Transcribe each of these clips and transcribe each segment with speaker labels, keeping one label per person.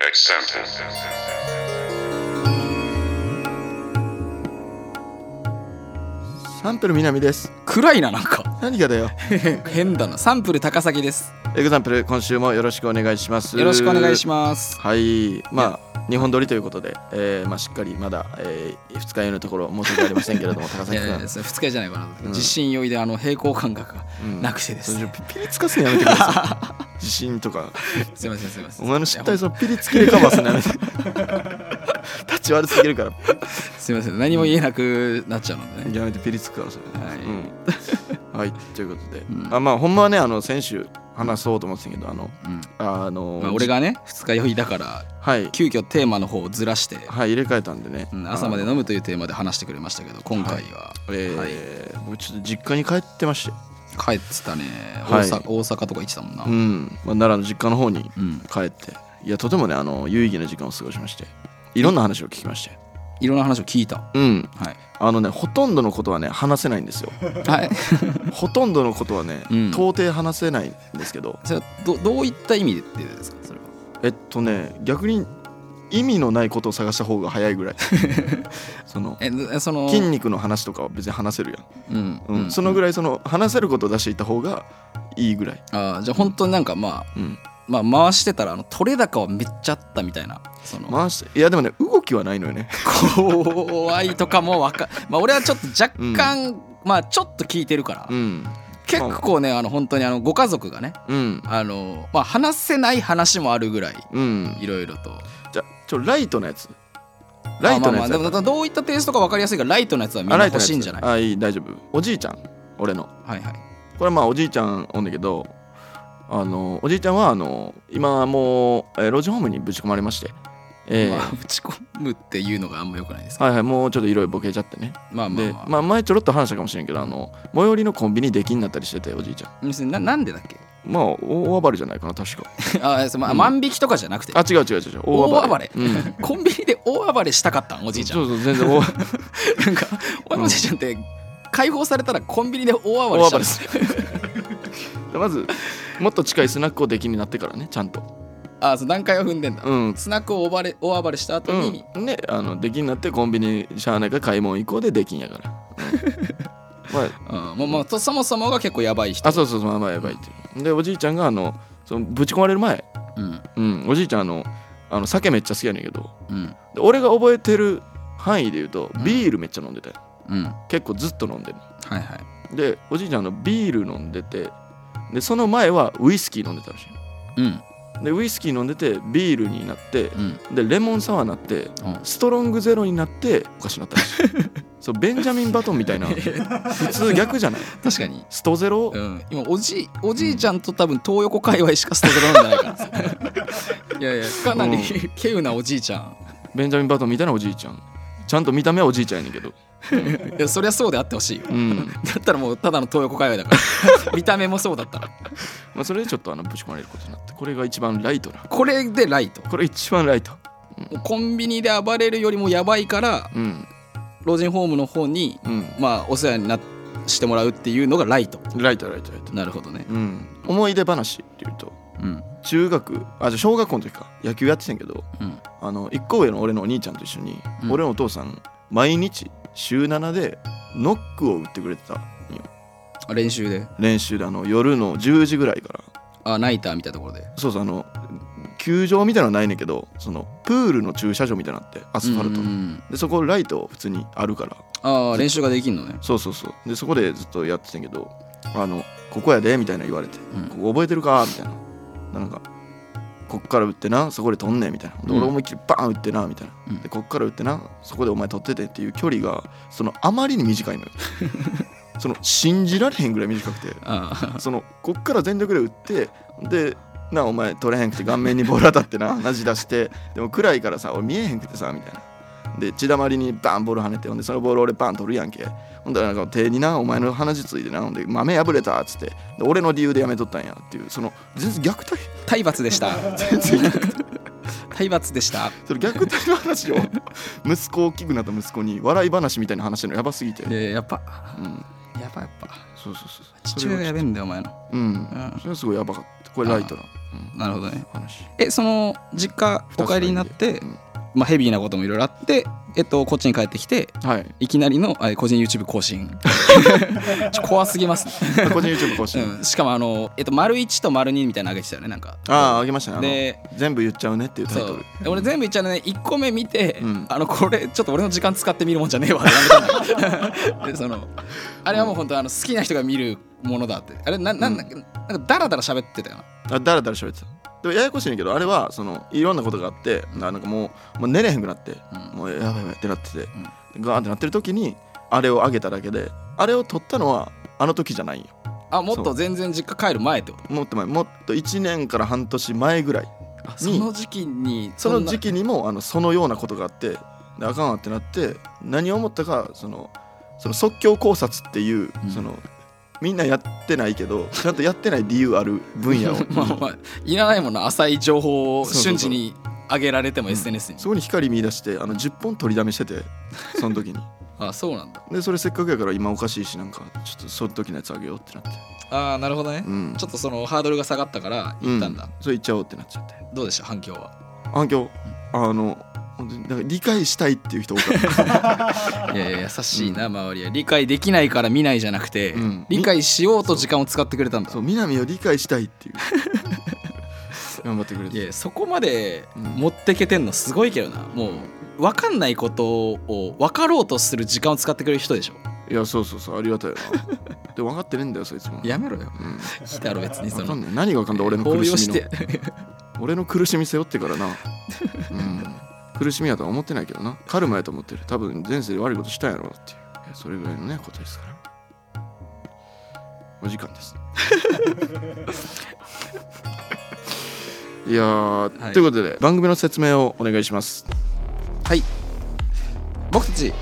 Speaker 1: Next sentence.
Speaker 2: サンプル南です。
Speaker 3: 暗いなな んか
Speaker 2: 何がだよ。
Speaker 3: 変だなサンプル高崎です
Speaker 2: エグザンプル、今週もよろしくお願いします。
Speaker 3: よろしくお願いし
Speaker 2: ま
Speaker 3: ます
Speaker 2: はい、まあ、日本撮りということで、えーまあ、しっかりまだ、えー、2日酔いのところ申し訳ありませんけれども、高
Speaker 3: い
Speaker 2: 崎
Speaker 3: やい
Speaker 2: 君
Speaker 3: や、2日じゃないかな、
Speaker 2: ん
Speaker 3: 自信酔いであの平行感覚が
Speaker 2: うん
Speaker 3: なくてです、
Speaker 2: それピピリつかすのやめてくださ い。自信とか、
Speaker 3: すいませんすいませ
Speaker 2: お
Speaker 3: ん
Speaker 2: 前の失態
Speaker 3: いや
Speaker 2: そのピリつきでカバーするのやめて。 タッチ悪すぎるから、
Speaker 3: ほんすいません何も言えなくなっちゃうのでね、
Speaker 2: やめてピリつくからそれ。
Speaker 3: はい
Speaker 2: うん、はいということで、
Speaker 3: ん
Speaker 2: あまあ、ほんまはね、あの先週話そうと思ってたけど、あの、
Speaker 3: うん
Speaker 2: あの、
Speaker 3: まあ、俺、がね二日酔いだから
Speaker 2: はい、
Speaker 3: 急遽テーマの方をずらして、
Speaker 2: はい、入れ替えたんでね、
Speaker 3: うん朝まで飲むというテーマで話してくれましたけど今回は、
Speaker 2: えー僕ちょっと実家に帰ってまして、
Speaker 3: 帰ってたね、
Speaker 2: はい
Speaker 3: 大阪大阪とか行ってたもんな、
Speaker 2: うんまあ、奈良の実家の方に
Speaker 3: うん
Speaker 2: 帰っていやとてもねあの有意義な時間を過ごしましていろんな話を聞きまして
Speaker 3: いろんな話を聞いた
Speaker 2: うん
Speaker 3: はい
Speaker 2: あのねほとんどのことはね話せないんです よ
Speaker 3: はい
Speaker 2: ほとんどのことはね、
Speaker 3: うん
Speaker 2: 到底話せないんですけど
Speaker 3: それはどどういった意味でですかそれは
Speaker 2: えっとね逆に意味のないことを探した方が早いぐ らいその
Speaker 3: ええその
Speaker 2: 筋肉の話とかは別に話せる
Speaker 3: うん
Speaker 2: やん、うんそのぐらいその話せることを出していった方がいいぐらい、
Speaker 3: あーじゃあ本当になんかまあ、
Speaker 2: うん、
Speaker 3: まあ、回してたらあの取れ高はめっちゃあったみたいなその、
Speaker 2: 回していやでもね動きはないのよね
Speaker 3: 怖いとかもわかまあ俺はちょっと若干、まあちょっと聞いてるから、
Speaker 2: うん
Speaker 3: 結構ねあの本当にあのご家族がね
Speaker 2: うん
Speaker 3: あの、まあ、話せない話もあるぐらい
Speaker 2: うん
Speaker 3: いろいろと
Speaker 2: じゃあちょライトのやつライトのやつ
Speaker 3: まあまあまあでもだからどういったテイストか分かりやすいからライトのやつはみんな
Speaker 2: ライトの
Speaker 3: 欲
Speaker 2: やつ
Speaker 3: しいんじゃない
Speaker 2: あいい大丈夫おじいちゃん俺の
Speaker 3: はいはい
Speaker 2: これまあおじいちゃんおんだけどあのおじいちゃんはあの今もう、えー老人ホームにぶち込まれましてえー
Speaker 3: まあ、打ち込むっていうのがあんまよくないですか、
Speaker 2: はいはいもうちょっといろいろボケちゃってね
Speaker 3: まあまあ
Speaker 2: で
Speaker 3: まあ、
Speaker 2: まあ前ちょろっと話したかもしれんけどあの最寄りのコンビニ出禁になったりしてておじいちゃん
Speaker 3: 別にななんでだっけ
Speaker 2: まあ大暴れじゃないかな確か
Speaker 3: あそうまあ万引きとかじゃなくて
Speaker 2: あ違う違う違う違う
Speaker 3: 大暴れ、
Speaker 2: うん
Speaker 3: コンビニで大暴れしたかったんおじいちゃ
Speaker 2: そ
Speaker 3: ん
Speaker 2: うそう全然大
Speaker 3: なんか俺のおじいちゃんって解放されたらコンビニで大暴れしたんです
Speaker 2: まずもっと近いスナックを出禁になってからねちゃんと
Speaker 3: あそう段階を踏んでんだ、
Speaker 2: うん
Speaker 3: スナックを大暴れ大暴れした後に、
Speaker 2: うん、ねあの出禁になってコンビニしゃあないから買い物行こうで出禁やから、 うんまあ
Speaker 3: うんもうまあとそもそもが結構やばい人
Speaker 2: あそうそうそうまあまあやばいっていうでおじいちゃんがあのそのぶち込まれる前、
Speaker 3: うん
Speaker 2: うん、おじいちゃんあのあの酒めっちゃ好きやねんけど
Speaker 3: うん
Speaker 2: で俺が覚えてる範囲で言うとビールめっちゃ飲んでて、
Speaker 3: うんは
Speaker 2: 結構ずっと飲んでる
Speaker 3: いはい
Speaker 2: でおじいちゃんあのビール飲んでてでその前はウイスキー飲んでたらしい
Speaker 3: うん
Speaker 2: のでウイスキー飲んでてビールになって
Speaker 3: うん
Speaker 2: でレモンサワーになって
Speaker 3: うん
Speaker 2: ストロングゼロになっておかしになったら しいそうベンジャミン・バトンみたいな普通逆じゃない
Speaker 3: 確かに
Speaker 2: ストゼロ、
Speaker 3: うん、今おじいおじいちゃんと多分東横界隈しか捨ててなんじゃないかな いやいやかなり
Speaker 2: うん
Speaker 3: 稀有なおじいちゃん
Speaker 2: ベンジャミン・バトンみたいなおじいちゃんちゃんと見た目はおじいちゃんやねんけど
Speaker 3: いやそりゃそうであってほしいよ
Speaker 2: うん、
Speaker 3: だったらもうただの東横界隈だから 見た目もそうだったら
Speaker 2: まあ、それでちょっとあのぶち込まれることになってこれが一番ライトな
Speaker 3: これでライト
Speaker 2: これ一番ライト
Speaker 3: もうコンビニで暴れるよりもやばいから
Speaker 2: うん
Speaker 3: 老人ホームの方に
Speaker 2: うん
Speaker 3: まあお世話になしてもらうっていうのがライト
Speaker 2: ライトライトライト
Speaker 3: なるほどね
Speaker 2: うん思い出話っていうと
Speaker 3: うん
Speaker 2: 中学あじゃあ小学校の時か野球やってたんやけど
Speaker 3: うん
Speaker 2: あの一個上の俺のお兄ちゃんと一緒に、
Speaker 3: うん
Speaker 2: 俺のお父さん毎日週7でノックを打ってくれてたんよ
Speaker 3: あ練習で
Speaker 2: 練習であの夜の10時ぐらいから
Speaker 3: あナイターみたいなところで
Speaker 2: そうそうあの球場みたいなのはないねんけどそのプールの駐車場みたいなのあってアスファルト
Speaker 3: うん
Speaker 2: の
Speaker 3: うん
Speaker 2: でそこライト普通にあるから
Speaker 3: ああ練習ができんのね
Speaker 2: そうそうそうでそこでずっとやってたんやけどあのここやでみたいな言われて、
Speaker 3: うん
Speaker 2: ここ覚えてるかみたいななんかこっから打ってなそこで取んねんみたいなで
Speaker 3: うん
Speaker 2: 俺思いっきりバーン打ってなみたいな、
Speaker 3: うん
Speaker 2: でこっから打ってなそこでお前取っててっていう距離がそのあまりに短い のよその信じられへんぐらい短くて
Speaker 3: あ
Speaker 2: そのこっから全力で打ってでなあお前取れへんくて顔面にボール当たってななじ出してでも暗いからさ俺見えへんくてさみたいなで血だまりにバンボール跳ねてほんでそのボール俺バン取るやんけほんだらなんか手になお前の鼻血ついてなほんで豆破れたっつってで俺の理由でやめとったんやっていうその全然虐待
Speaker 3: あ体罰でした
Speaker 2: 全然
Speaker 3: 体罰でした
Speaker 2: それ虐待の話を 息子大きくなった息子に笑い話みたいな話のやばすぎて、うん、
Speaker 3: でやっぱやばいやっぱ
Speaker 2: そうそうそう
Speaker 3: 父親がやべえんだよお前の
Speaker 2: うん
Speaker 3: うん
Speaker 2: それはすごいやばかったこれライトな
Speaker 3: なるほどね
Speaker 2: 話
Speaker 3: えその実家お帰りになって
Speaker 2: 二つの意味でうん
Speaker 3: まあ、ヘビーなこともいろいろあって、えっと、こっちに帰ってきて
Speaker 2: はい
Speaker 3: いきなりのあ個人 YouTube 更新 ちょ怖すぎます、
Speaker 2: 個人 YouTube 更新、
Speaker 3: うん、しかもあの、えっと、丸1と丸2みたいなの上げてたよねなんか
Speaker 2: あああげましたねあの
Speaker 3: で
Speaker 2: 全部言っちゃうねっていうタイ
Speaker 3: そ
Speaker 2: ト
Speaker 3: う
Speaker 2: ル
Speaker 3: で俺全部言っちゃうね1個目見て、
Speaker 2: うん
Speaker 3: あのこれちょっと俺の時間使って見るもんじゃねえわってやめたの でそのあれはもう本当あの好きな人が見るものだってあれななんだっけなんかダラダラ喋ってたよな
Speaker 2: あだらだら喋ってたでもややこしいねんけどあれはそのいろんなことがあってななんかもうもう寝れへんくなって、
Speaker 3: うん
Speaker 2: もうやばいやばいってなってて、ガーンってなってる時にあれをあげただけであれを撮ったのはあの時じゃないんよ
Speaker 3: あもっと全然実家帰る前ってこと
Speaker 2: もっと前もっと1年から半年前ぐらい
Speaker 3: あそ
Speaker 2: に
Speaker 3: の時期に
Speaker 2: その時
Speaker 3: 期
Speaker 2: 期にもあのそのようなことがあってであかんわってなって何を思ったかそのその即興考察っていう、
Speaker 3: うん
Speaker 2: そのみんなやってないけどちゃんとやってない理由ある分野を
Speaker 3: まあまあいらないもの浅い情報を
Speaker 2: そうそうそ
Speaker 3: 瞬
Speaker 2: う
Speaker 3: 時に上げられても SNS に
Speaker 2: そこに光見出してあの10本取りだめしててその 時に
Speaker 3: あそうなんだ
Speaker 2: でそれせっかくやから今おかしいしなんかちょっとその時のやつあげようってなって
Speaker 3: あーなるほどね
Speaker 2: うん
Speaker 3: ちょっとそのハードルが下がったから行ったんだ
Speaker 2: う、それ言っちゃおうってなっちゃって
Speaker 3: どうでした反響は
Speaker 2: 反響あの本当になんか理解したいっていう人多か った、
Speaker 3: いやいや優しいな周りは理解できないから見ないじゃなくて、
Speaker 2: うん
Speaker 3: 理解しようと時間を使ってくれたんだ
Speaker 2: そう南を理解したい っていう頑張ってくれ
Speaker 3: い
Speaker 2: て
Speaker 3: やそこまで
Speaker 2: うん
Speaker 3: 持ってけてんのすごいけどなもう分かんないことを分かろうとする時間を使ってくれる人でしょ
Speaker 2: いやそうそうそうありがたいよなでも分かってねえんだよそいつも
Speaker 3: やめろよ
Speaker 2: うん、
Speaker 3: いいだろ別にそ
Speaker 2: 分かん
Speaker 3: の
Speaker 2: ない何が分かんだ俺の
Speaker 3: 抱
Speaker 2: 苦
Speaker 3: 擁
Speaker 2: し
Speaker 3: し
Speaker 2: みの
Speaker 3: て
Speaker 2: 俺の苦しみ背負ってからな、うん、苦しみやとは思ってないけどなカルマやと思ってる多分前世で悪いことしたんやろうっていういやそれぐらいのねことですからお時間ですいやー、
Speaker 3: はい
Speaker 2: ということで番組の説明をお願いします
Speaker 3: はい僕たち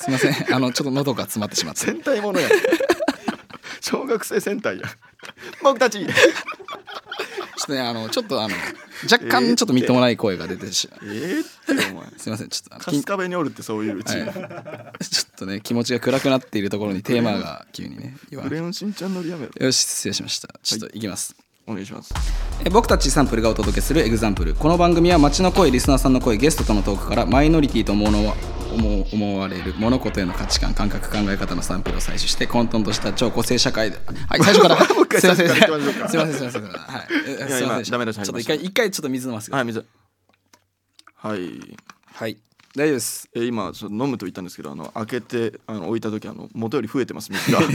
Speaker 3: すいませんあのちょっと喉が詰まってしまって
Speaker 2: 戦隊ものやん小学生戦隊やん僕たち
Speaker 3: ちょっとね、あの、ちょっとあの、若干ちょっとみっともない声が出てし、
Speaker 2: えー、ってお前
Speaker 3: すいません、ちょっとあの、き
Speaker 2: 春
Speaker 3: ん
Speaker 2: 日部におるってそういううち、
Speaker 3: はい、 ちょっとね、気持ちが暗くなっているところにテーマが急にね、言わ
Speaker 2: クレヨンしんちゃんのりやめろ
Speaker 3: よし、失礼しました。ちょっと行きます。
Speaker 2: お願いします
Speaker 3: え僕たちサンプルがお届けするエグザンプルこの番組は街の声リスナーさんの声ゲストとのトークからマイノリティと思うのは思う思われる物事への価値観感覚考え方のサンプルを採取して混沌とした超個性社会ではい最初か ら
Speaker 2: もう一回
Speaker 3: すいません
Speaker 2: 最
Speaker 3: す
Speaker 2: 初
Speaker 3: い
Speaker 2: から行きましょう
Speaker 3: ま
Speaker 2: か
Speaker 3: せんすいませんすいませんはいえ
Speaker 2: いや
Speaker 3: すいま
Speaker 2: 今ダメ
Speaker 3: せん
Speaker 2: 出し入りました
Speaker 3: ちょっと一回一回ちょっと水飲ますけど
Speaker 2: はい水はい
Speaker 3: はい大丈夫です
Speaker 2: えー今その飲むと言ったんですけどあの開けてあの置いた時あの元より増えてます 水が、え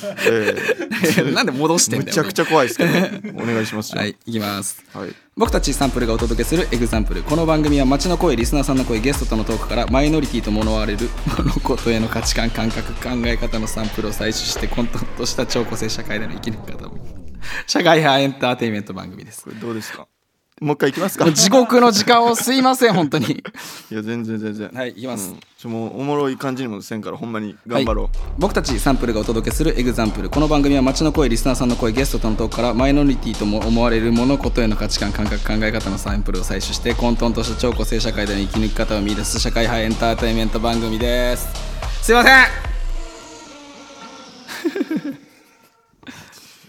Speaker 2: ー
Speaker 3: なんで戻してん
Speaker 2: む
Speaker 3: だよ
Speaker 2: ちゃくちゃ怖いですけどお願いしますよ
Speaker 3: はい、いきます。
Speaker 2: はい
Speaker 3: 僕たちサンプルがお届けするエグザンプルこの番組は街の声リスナーさんの声ゲストとのトークからマイノリティと物われる物事への価値観感覚考え方のサンプルを採取して混沌とした超個性社会での生き抜き方を社会派エンターテインメント番 組です
Speaker 2: これどうですかもう一回いきますか
Speaker 3: もう地獄の時間をすいません本 当に
Speaker 2: いや全然全然
Speaker 3: はいいきます
Speaker 2: うんちょもうおもろい感じにもせんからほんまに頑張ろう、
Speaker 3: はい僕たちサンプルがお届けするエグザンプルこの番組は街の声リスナーさんの声ゲストとのトークからマイノリティとも思われる物事への価値観感覚考え方のサンプルを採取して混沌とした超個性社会での生き抜き方を見出す社会派エンターテインメント番組ですすいません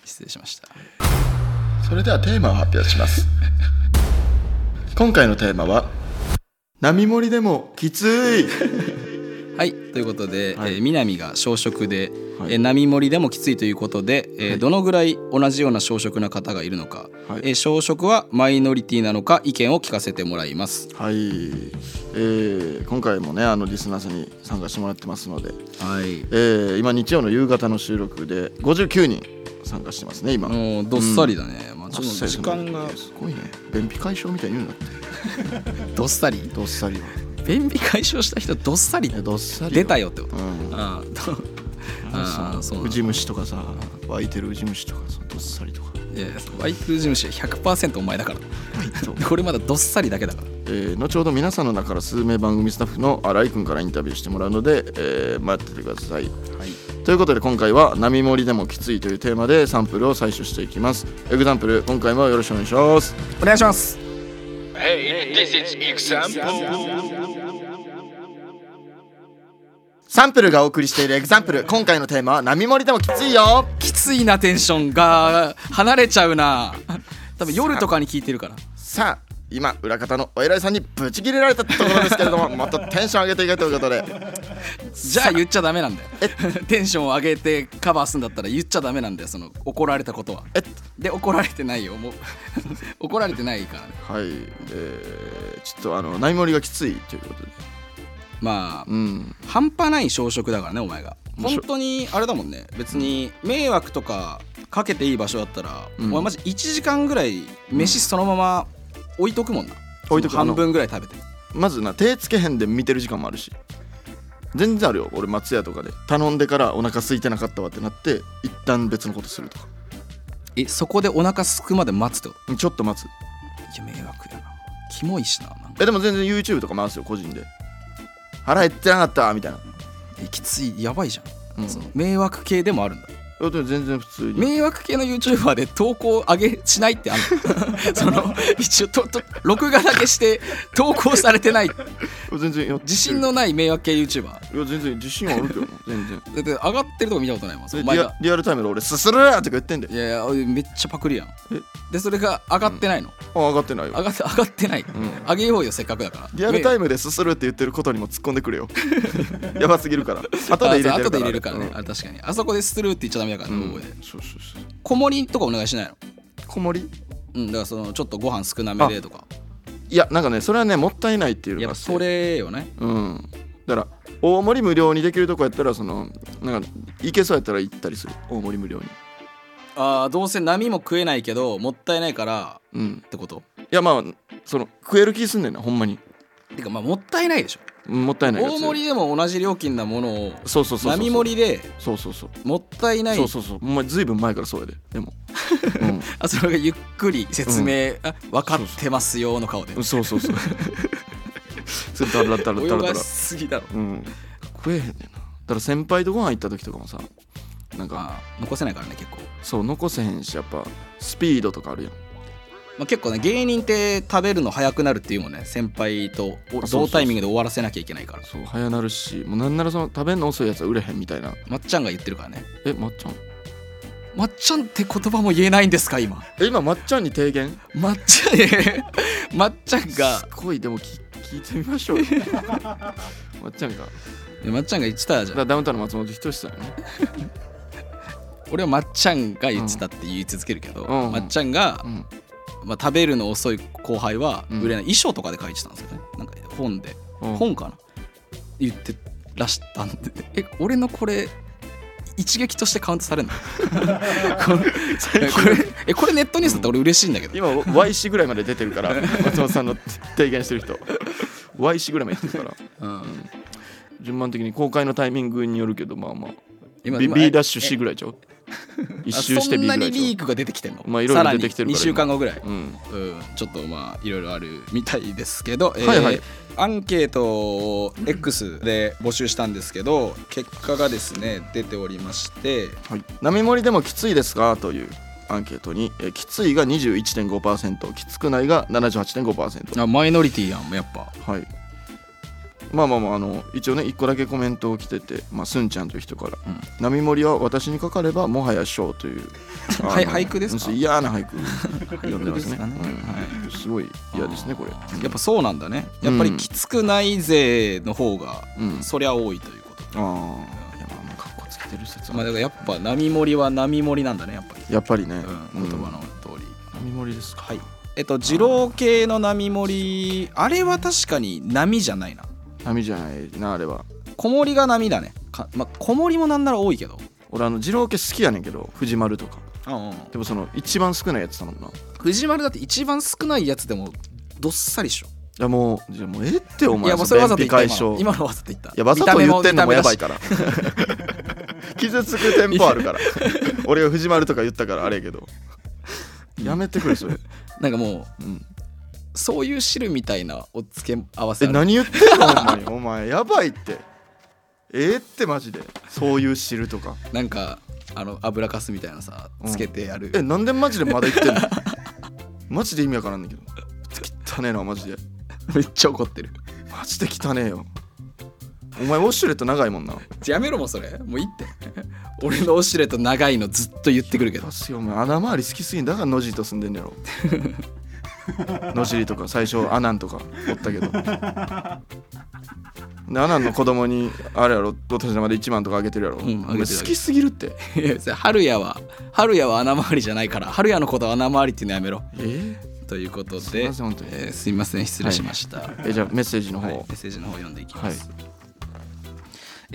Speaker 3: 失礼しました
Speaker 2: それではテーマを発表し ます今回のテーマは波盛りでもきつい
Speaker 3: はいということで、
Speaker 2: はい
Speaker 3: えー南が小食で、
Speaker 2: はい
Speaker 3: えー並盛りでもきついということで、えー
Speaker 2: はい
Speaker 3: どのぐらい同じような小食な方がいるのか、
Speaker 2: はい
Speaker 3: えー小食はマイノリティなのか意見を聞かせてもらいます
Speaker 2: はい、えー今回もねあのリスナーさんに参加してもらってますので、
Speaker 3: はい
Speaker 2: えー今日曜の夕方の収録で59人参加してますね今、
Speaker 3: もうどっさりだね、まあ、ちょっと時間が
Speaker 2: すごいね便秘解消みたいに言うんだって
Speaker 3: どっさり
Speaker 2: どっさりは
Speaker 3: 便秘解消した人どっさり
Speaker 2: いやどっさりは
Speaker 3: 出たよってこ と、
Speaker 2: うん
Speaker 3: あーどあーそうなん
Speaker 2: ウ
Speaker 3: だ
Speaker 2: ジ虫とかさ湧いてるウジ虫とかさどっさりとか
Speaker 3: いやいやワイプ事務所100%お前だから
Speaker 2: はいと
Speaker 3: これまだどっさりだけだから
Speaker 2: えー後ほど皆さんの中から数名番組スタッフの新井君からインタビューしてもらうので、えー待っててください。
Speaker 3: はい
Speaker 2: ということで今回は「波盛りでもきつい」というテーマでサンプルを採取していきます。エグザンプル今回もよろしくお願いします。
Speaker 3: お願いします
Speaker 1: Hey, this is example.
Speaker 2: サンプルがお送りしているエグザンプル今回のテーマは波盛りでもきついよ
Speaker 3: きついなテンションが離れちゃ うな多分夜とかに聞いてるから
Speaker 2: さあ今裏方のお偉いさんにブチ切れられたところですけれど ももっとテンション上げていけということで
Speaker 3: じゃあ言っちゃダメなんだよテンションを上げてカバーするんだったら言っちゃダメなんだよその怒られたことは
Speaker 2: えっと
Speaker 3: で怒られてないよもう 怒られてないからね
Speaker 2: はいえー、ちょっとあの波盛りがきついということで
Speaker 3: まあ
Speaker 2: うん
Speaker 3: 半端ない小食だからねお前が
Speaker 2: 面白
Speaker 3: 本
Speaker 2: い
Speaker 3: 当にあれだもんね別に迷惑とかかけていい場所だったら、
Speaker 2: うん
Speaker 3: お前マジ1時間ぐらい飯そのまま置いとくもんな、
Speaker 2: 置いとく
Speaker 3: 半分ぐらい食べて
Speaker 2: まずな手つけへんで見てる時間もあるし全然あるよ俺松屋とかで頼んでからお腹空いてなかったわってなって一旦別のことするとか
Speaker 3: えそこでお腹すくまで待つってこと
Speaker 2: ちょっと待つ
Speaker 3: いや迷惑やなキモいしななんか
Speaker 2: えでも全然 YouTube とか回すよ個人で腹減ってなかったみたいな
Speaker 3: えきついやばいじゃん、
Speaker 2: うん
Speaker 3: その迷惑系でもあるんだ
Speaker 2: えでも全然普通に
Speaker 3: 迷惑系の YouTuber で投稿上げしないってあるその一応とと録画だけして投稿されてない
Speaker 2: 全然やってる
Speaker 3: 自信のない迷惑系 YouTuber だ
Speaker 2: いや全然自信はある けどな全然
Speaker 3: って上がってるとこ見たことないもん
Speaker 2: で
Speaker 3: お前
Speaker 2: リア
Speaker 3: が
Speaker 2: リアルタイムで俺すするーとか言ってんで
Speaker 3: いやいやおいめっちゃパクリやん
Speaker 2: え
Speaker 3: でそれが上がってないの、
Speaker 2: あ上がってないよ
Speaker 3: 上がっ上がってない、
Speaker 2: ん
Speaker 3: 上げようよせっかくだから
Speaker 2: リアルタ
Speaker 3: イ
Speaker 2: イムですするって言ってることにも突っ込んでくるよ やばすぎる から後で入れてるから
Speaker 3: 後で入れるからね、あれ確かにあそこでスルーって言っちゃダメだから
Speaker 2: う
Speaker 3: ね、
Speaker 2: ん
Speaker 3: 大声で
Speaker 2: そうそうそう
Speaker 3: 小盛りとかお願いしないの
Speaker 2: 小盛り
Speaker 3: うんだからそのちょっとご飯少なめでとか
Speaker 2: いやなんかねそれはねもったいないっていうの
Speaker 3: や
Speaker 2: が
Speaker 3: っ
Speaker 2: あ
Speaker 3: ぱ
Speaker 2: って
Speaker 3: それよね
Speaker 2: うんだから大盛り無料にできるとこやったらそのなんか行けそうやったら行ったりする大盛り無料に
Speaker 3: ああどうせ波も食えないけどもったいないから
Speaker 2: うん
Speaker 3: ってこと
Speaker 2: いやまあその食える気すんねんなほんまに
Speaker 3: てかまあもったいないでしょ
Speaker 2: うんもったいないやつ
Speaker 3: 大盛りでも同じ料金なものを
Speaker 2: そうそうそうそう
Speaker 3: 並盛りで
Speaker 2: そうそうそう
Speaker 3: もったいない
Speaker 2: そうそうそうお前ずいぶん前からそうやでで も、う
Speaker 3: あそれがゆっくり説明、あ分かってますよの顔で
Speaker 2: ん、そうそうそう それだらだら
Speaker 3: 泳
Speaker 2: だらだ
Speaker 3: が
Speaker 2: ら
Speaker 3: しすぎだろ
Speaker 2: うん食えへんねんなだから先輩とご飯行った時とかもさなんか
Speaker 3: まあ残せないからね結構、
Speaker 2: そう残せへんしやっぱスピードとかあるやん
Speaker 3: まあ、結構ね芸人って食べるの早くなるっていうもんね先輩とお
Speaker 2: あそうそうそう
Speaker 3: 同タイミングで終わらせなきゃいけないから
Speaker 2: そう早なるしもうなんならその食べんの遅いやつは売れへんみたいな
Speaker 3: まっちゃんが言ってるからね
Speaker 2: えまっちゃん
Speaker 3: まっちゃんって言葉も言えないんですか今
Speaker 2: え今まっちゃんに提言
Speaker 3: まっちゃ んねまっちゃんが
Speaker 2: すごいでも聞聞いてみましょう よまっちゃんがだか
Speaker 3: いやまっちゃんが言ってたじゃん
Speaker 2: らダウンタウンの松本人志さんよね
Speaker 3: 俺はまっちゃんが言ってたって言い続けるけど、
Speaker 2: うんうん
Speaker 3: まっちゃんが
Speaker 2: う、ん
Speaker 3: まあ、食べるの遅い後輩は
Speaker 2: うん
Speaker 3: 売れない、衣装とかで書いてたんですよねなんか本で、
Speaker 2: うん
Speaker 3: 本かな言ってらしたんでえ俺のこれ一撃としてカウント されるのこれえこれえこれネットニュースだって俺嬉しいんだけど、
Speaker 2: 今 Y 氏ぐらいまで出てる から松本さんの提言してる人 Y 氏ぐらいまで出てるから
Speaker 3: うん
Speaker 2: 順番的に公開のタイミングによるけどまあまあ
Speaker 3: 今
Speaker 2: B,
Speaker 3: 今
Speaker 2: B ダッシュ C ぐらいちゃう一周して B ぐ
Speaker 3: あそんな
Speaker 2: ら
Speaker 3: に
Speaker 2: い
Speaker 3: リ
Speaker 2: ち
Speaker 3: ークが出てきてんの、
Speaker 2: まあいろいろ出てきてるから
Speaker 3: 2週間後ぐらい、
Speaker 2: ゃううん
Speaker 3: うん、ちょっとまあいろいろあるみたいですけど、えー
Speaker 2: はいはい
Speaker 3: アンケートを X で募集したんですけど結果がですね出ておりまして
Speaker 2: はい、波盛りでもきついですかというアンケートに、えーきついが21.5%きつくないが78.5%
Speaker 3: あマイノリティやんやっぱ
Speaker 2: はいまあまあまああの一応ね1個だけコメントを来てて、まあ、すんちゃんという人から「
Speaker 3: うん
Speaker 2: 波盛りは私にかかればもはやショー」と いうあの
Speaker 3: はい俳句ですか
Speaker 2: そう嫌な俳句読んでますね
Speaker 3: 俳句ですかね
Speaker 2: うんすごい嫌ですねこれ
Speaker 3: やっぱそうなんだねやっぱりきつくない勢の方が、
Speaker 2: うん
Speaker 3: そりゃ多いということ
Speaker 2: ああいやまあまあかっこつけてる説
Speaker 3: まあ
Speaker 2: は
Speaker 3: だからやっぱ波盛りは波盛りなんだねやっぱり、
Speaker 2: やっぱりね、
Speaker 3: うん、言葉の通り、
Speaker 2: 波盛りですか
Speaker 3: はいえっと二郎系の波盛りあれは確かに波じゃないな
Speaker 2: 波じゃないなあれは
Speaker 3: 小盛りが波だねかまあ小盛りもなんなら多いけど
Speaker 2: 俺あの二郎系好きやねんけど藤丸とかでもその一番少ないやつ頼むな。い
Speaker 3: 藤丸だって一番少ないやつでもどっさりでしょ
Speaker 2: やもう、じゃあもうええってお前、
Speaker 3: いやもうそれわざと言った
Speaker 2: 便秘解
Speaker 3: 今の
Speaker 2: 消。い
Speaker 3: 今のわざと言ったい
Speaker 2: や、わざと言ってんのもやばいから。 傷つくテンポある から。俺が藤丸とか言ったからあれやけど。やめてくれ、 それ。
Speaker 3: なんかも
Speaker 2: うん、
Speaker 3: うそういう汁みたいなお付け合わせ
Speaker 2: え、
Speaker 3: ある
Speaker 2: 何言ってんのほんまに。お前、やばいって。ええってマジで。そういう汁とか。
Speaker 3: なんかあの油かすみたいなさ
Speaker 2: うん
Speaker 3: つけてやる、
Speaker 2: え、なんでマジでまだ言ってんの マジで意味わからんねんけど。汚ねえな、マジで。
Speaker 3: めっちゃ怒ってる
Speaker 2: マジで汚ねえよ。お前ウォッシュレット長いもんな
Speaker 3: じゃあやめろもうそれもういいって 俺のオシュレと長いのずっと言ってくるけど
Speaker 2: 出すよお前穴周り好きすぎんだから野尻と住んでんねやろ 野尻とか最初アナンとかおったけどでアナンの子供にあれやろお年玉で1万とかあげてるやろ、
Speaker 3: ん
Speaker 2: お前
Speaker 3: あげてる
Speaker 2: 好きすぎるって
Speaker 3: いやそれ春也は春也は穴回りじゃないから春也のことは穴回りっていうのやめろ
Speaker 2: えー
Speaker 3: ということ
Speaker 2: すい
Speaker 3: で
Speaker 2: ません本当に
Speaker 3: えーすいません失礼しました、
Speaker 2: えじゃあメッセージの方
Speaker 3: はいメ
Speaker 2: はい
Speaker 3: ッ、セージの方読んでいきます、えー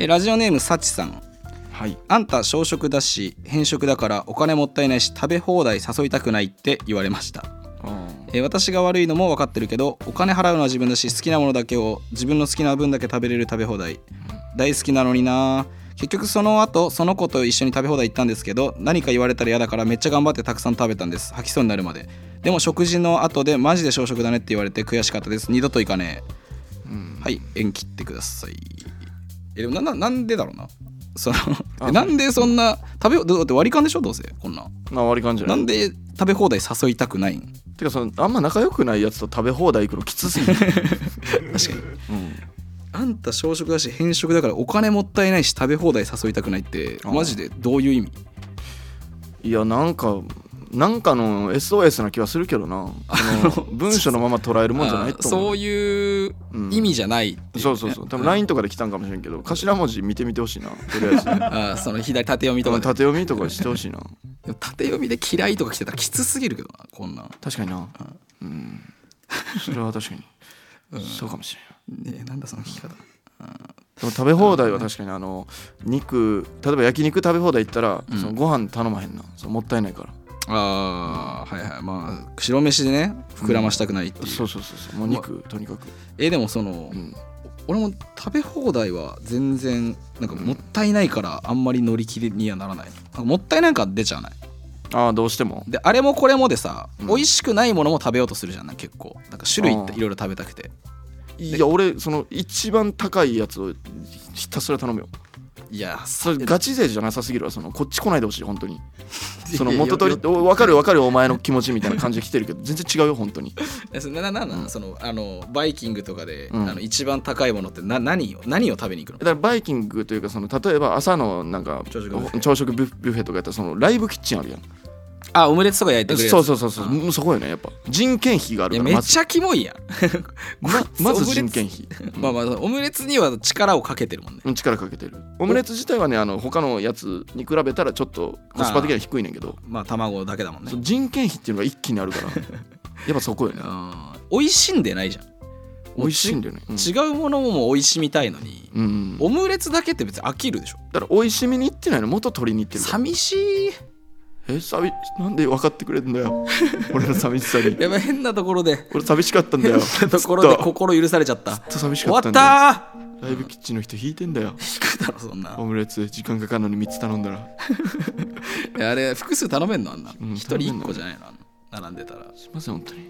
Speaker 3: ラジオネームさちさんあんた小食だし偏食だからお金もったいないし食べ放題誘いたくないって言われました、
Speaker 2: あ
Speaker 3: えー私が悪いのも分かってるけどお金払うのは自分だし好きなものだけを自分の好きな分だけ食べれる食べ放題大好きなのにな結局その後その子と一緒に食べ放題行ったんですけど何か言われたら嫌だからめっちゃ頑張ってたくさん食べたんです吐きそうになるまででも食事の後でマジで小食だねって言われて悔しかったです二度と行かねえ、はい縁切ってくださいえでもなななんでだろうなそのえなんでそんな食べだって割り勘でしょどうせこんなん
Speaker 2: ーまあ悪い感じじゃ
Speaker 3: な
Speaker 2: ない
Speaker 3: んで食べ放題誘いたくないん
Speaker 2: てかそのあんま仲良くないやつと食べ放題行くのきつすぎる
Speaker 3: 確かに、あんた小食だし偏食だからお金もったいないし食べ放題誘いたくないって
Speaker 2: あー
Speaker 3: マジでどういう意味
Speaker 2: いやなんかなんかの SOS な気はするけどな その文章のまま捉えるもんじゃない
Speaker 3: あー
Speaker 2: と思う
Speaker 3: そういう意味じゃないってい
Speaker 2: そうそうそう多分
Speaker 3: ね
Speaker 2: LINE とかで来たんかもしれんけど頭文字見てみてほしいなと りあえず、ね、
Speaker 3: あーその左縦読みとか
Speaker 2: 縦
Speaker 3: で
Speaker 2: 読みとかしてほしいな
Speaker 3: でも縦読みで嫌いとか来てたらきつすぎるけどなこんなん、
Speaker 2: 確かになうんそれは確かに、そうかもしれん
Speaker 3: ねえ、なんだその聞き方
Speaker 2: でも食べ放題は確かにあの肉例えば焼肉食べ放題行ったら、そのご飯頼まへんなそのもったいないから
Speaker 3: あーはいはいまあ白飯でね膨らましたくないっていう、
Speaker 2: そうそうそうそうもう肉とにかく
Speaker 3: えでもその、
Speaker 2: うん
Speaker 3: 俺も食べ放題は全然なんかもったいないからあんまり乗り切りにはならないなんかもったいないから出ちゃわない
Speaker 2: ああどうしても
Speaker 3: であれもこれもでさ、
Speaker 2: うん
Speaker 3: 美味しくないものも食べようとするじゃんなんか結構なんか種類
Speaker 2: あー
Speaker 3: いろいろ食べたくて
Speaker 2: いや俺その一番高いやつをひたすら頼むよ
Speaker 3: いや
Speaker 2: それガチ勢じゃなさすぎるわそのこっち来ないでほしい本当にその
Speaker 3: いや
Speaker 2: 元取り
Speaker 3: よ
Speaker 2: お分かる分かるお前の気持ちみたいな感じで来てるけど全然違うよ本当 に
Speaker 3: えそれなななそのあのバイキングとかで、
Speaker 2: うん
Speaker 3: あの一番高いものってな何を何を食べに行
Speaker 2: だ
Speaker 3: くの
Speaker 2: からバイキングというかその例えば朝のなんか
Speaker 3: 朝食ビュッフェ
Speaker 2: 朝食ビュッフェとかやったらそのライブキッチンあるやん
Speaker 3: あオムレツとか焼いてくれるやつ
Speaker 2: そうそうそうそう
Speaker 3: あ
Speaker 2: うんそこよねやっぱ人件費がある
Speaker 3: い
Speaker 2: から
Speaker 3: やめっ
Speaker 2: まず
Speaker 3: ちゃキモいやん
Speaker 2: ままず人
Speaker 3: 件
Speaker 2: 件費
Speaker 3: まあまあオムレツには力をかけてるもんね
Speaker 2: うん力かけてるオムレツ自体はねあの他のやつに比べたらちょっとコスパ的には低いねんけど
Speaker 3: まあ卵だけだもんね
Speaker 2: その人件費っていうのが一気にある からやっぱそこよね
Speaker 3: うん美味しんでないじゃん
Speaker 2: 美味しいんだよねうん
Speaker 3: 違うものも美味しみたいのに、
Speaker 2: うんうん
Speaker 3: オムレツだけって別に飽きるでしょ
Speaker 2: だから美味しみに行ってないの元取りに行ってるから
Speaker 3: 寂しい
Speaker 2: え寂なんで分かってくれんだよ 俺の寂しさに
Speaker 3: やばい変なところで
Speaker 2: 俺寂しかったんだ よずっ
Speaker 3: ところで
Speaker 2: と
Speaker 3: 心許されちゃった
Speaker 2: ずっと寂し
Speaker 3: 終
Speaker 2: か
Speaker 3: わっ
Speaker 2: ったんだよ
Speaker 3: たー
Speaker 2: ライブキッチンの人引いてんだよ
Speaker 3: 聞くだろそんな
Speaker 2: オムレツ時間かかるのに3つ頼んだら
Speaker 3: いやあれ複数頼めんのあんな
Speaker 2: うん
Speaker 3: 一、人一個
Speaker 2: 頼めんの
Speaker 3: じゃないのあんな並んでたら
Speaker 2: すいません本当に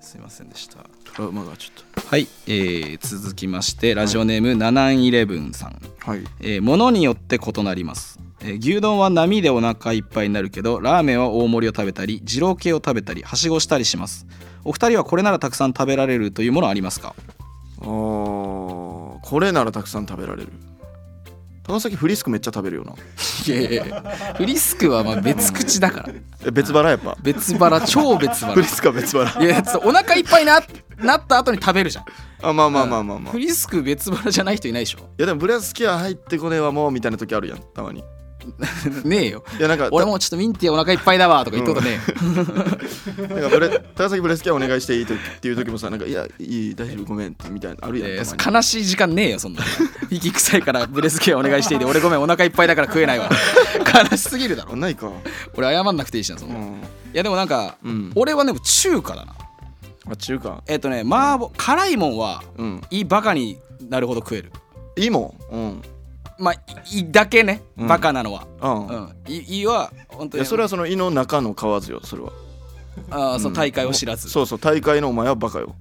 Speaker 3: すいませんでした
Speaker 2: トラウマがちょっ
Speaker 3: はい、えー続きましてラジオネームナナンイレブンさん
Speaker 2: とはい
Speaker 3: えー物によって異なります、えー牛丼は波でお腹いっぱいになるけどラーメンは大盛りを食べたり二郎系を食べたりはしごしたりしますお二人はこれならたくさん食べられるというものありますか
Speaker 2: あーこれならたくさん食べられる高崎フリスクめっちゃ食べるよない
Speaker 3: やいやいやフリスクはまあ別口だから
Speaker 2: え 別腹やっぱ
Speaker 3: 別腹超別
Speaker 2: フ
Speaker 3: 腹
Speaker 2: リスクは別腹
Speaker 3: いやちょっとお腹いっぱいななった後に食べるじゃん
Speaker 2: あまあまあまあま あまあ
Speaker 3: フ
Speaker 2: い
Speaker 3: リスク別腹じゃない人いないで しょ
Speaker 2: やでもブレスキア入ってこねえわもうみたいな時あるやんたまにい
Speaker 3: ねえよ
Speaker 2: やなんか
Speaker 3: 俺もちょっとミンティアお腹いっぱいだわとか言ったことねえよ、
Speaker 2: なんかブレ高崎ブレスキャンお願いしていいとっていう時もさなんかいやいい大丈夫ごめんって みたいなのあるやん、
Speaker 3: いやい
Speaker 2: たま
Speaker 3: や悲しい時間ねえよそんなの息臭いからブレスケアお願いしていいで俺ごめんお腹いっぱいだから食 えないわ悲しすぎるだろ
Speaker 2: にないか
Speaker 3: 俺謝んなくていいしなそん
Speaker 2: う
Speaker 3: な、い
Speaker 2: ん、
Speaker 3: やでもなんか、
Speaker 2: うん、
Speaker 3: 俺はでも中華だな
Speaker 2: あ中華
Speaker 3: えっ、とね麻婆辛いもんは
Speaker 2: うん
Speaker 3: いいバカになるほど食える
Speaker 2: いいもんうん
Speaker 3: まあいいだけね
Speaker 2: うん
Speaker 3: バカなのは、
Speaker 2: あ、
Speaker 3: うんんいいいは本
Speaker 2: い
Speaker 3: 当に
Speaker 2: やそれはその胃の中の蛙よそれは
Speaker 3: あーその大会を知らず、
Speaker 2: そうそう大会のお前はバカよ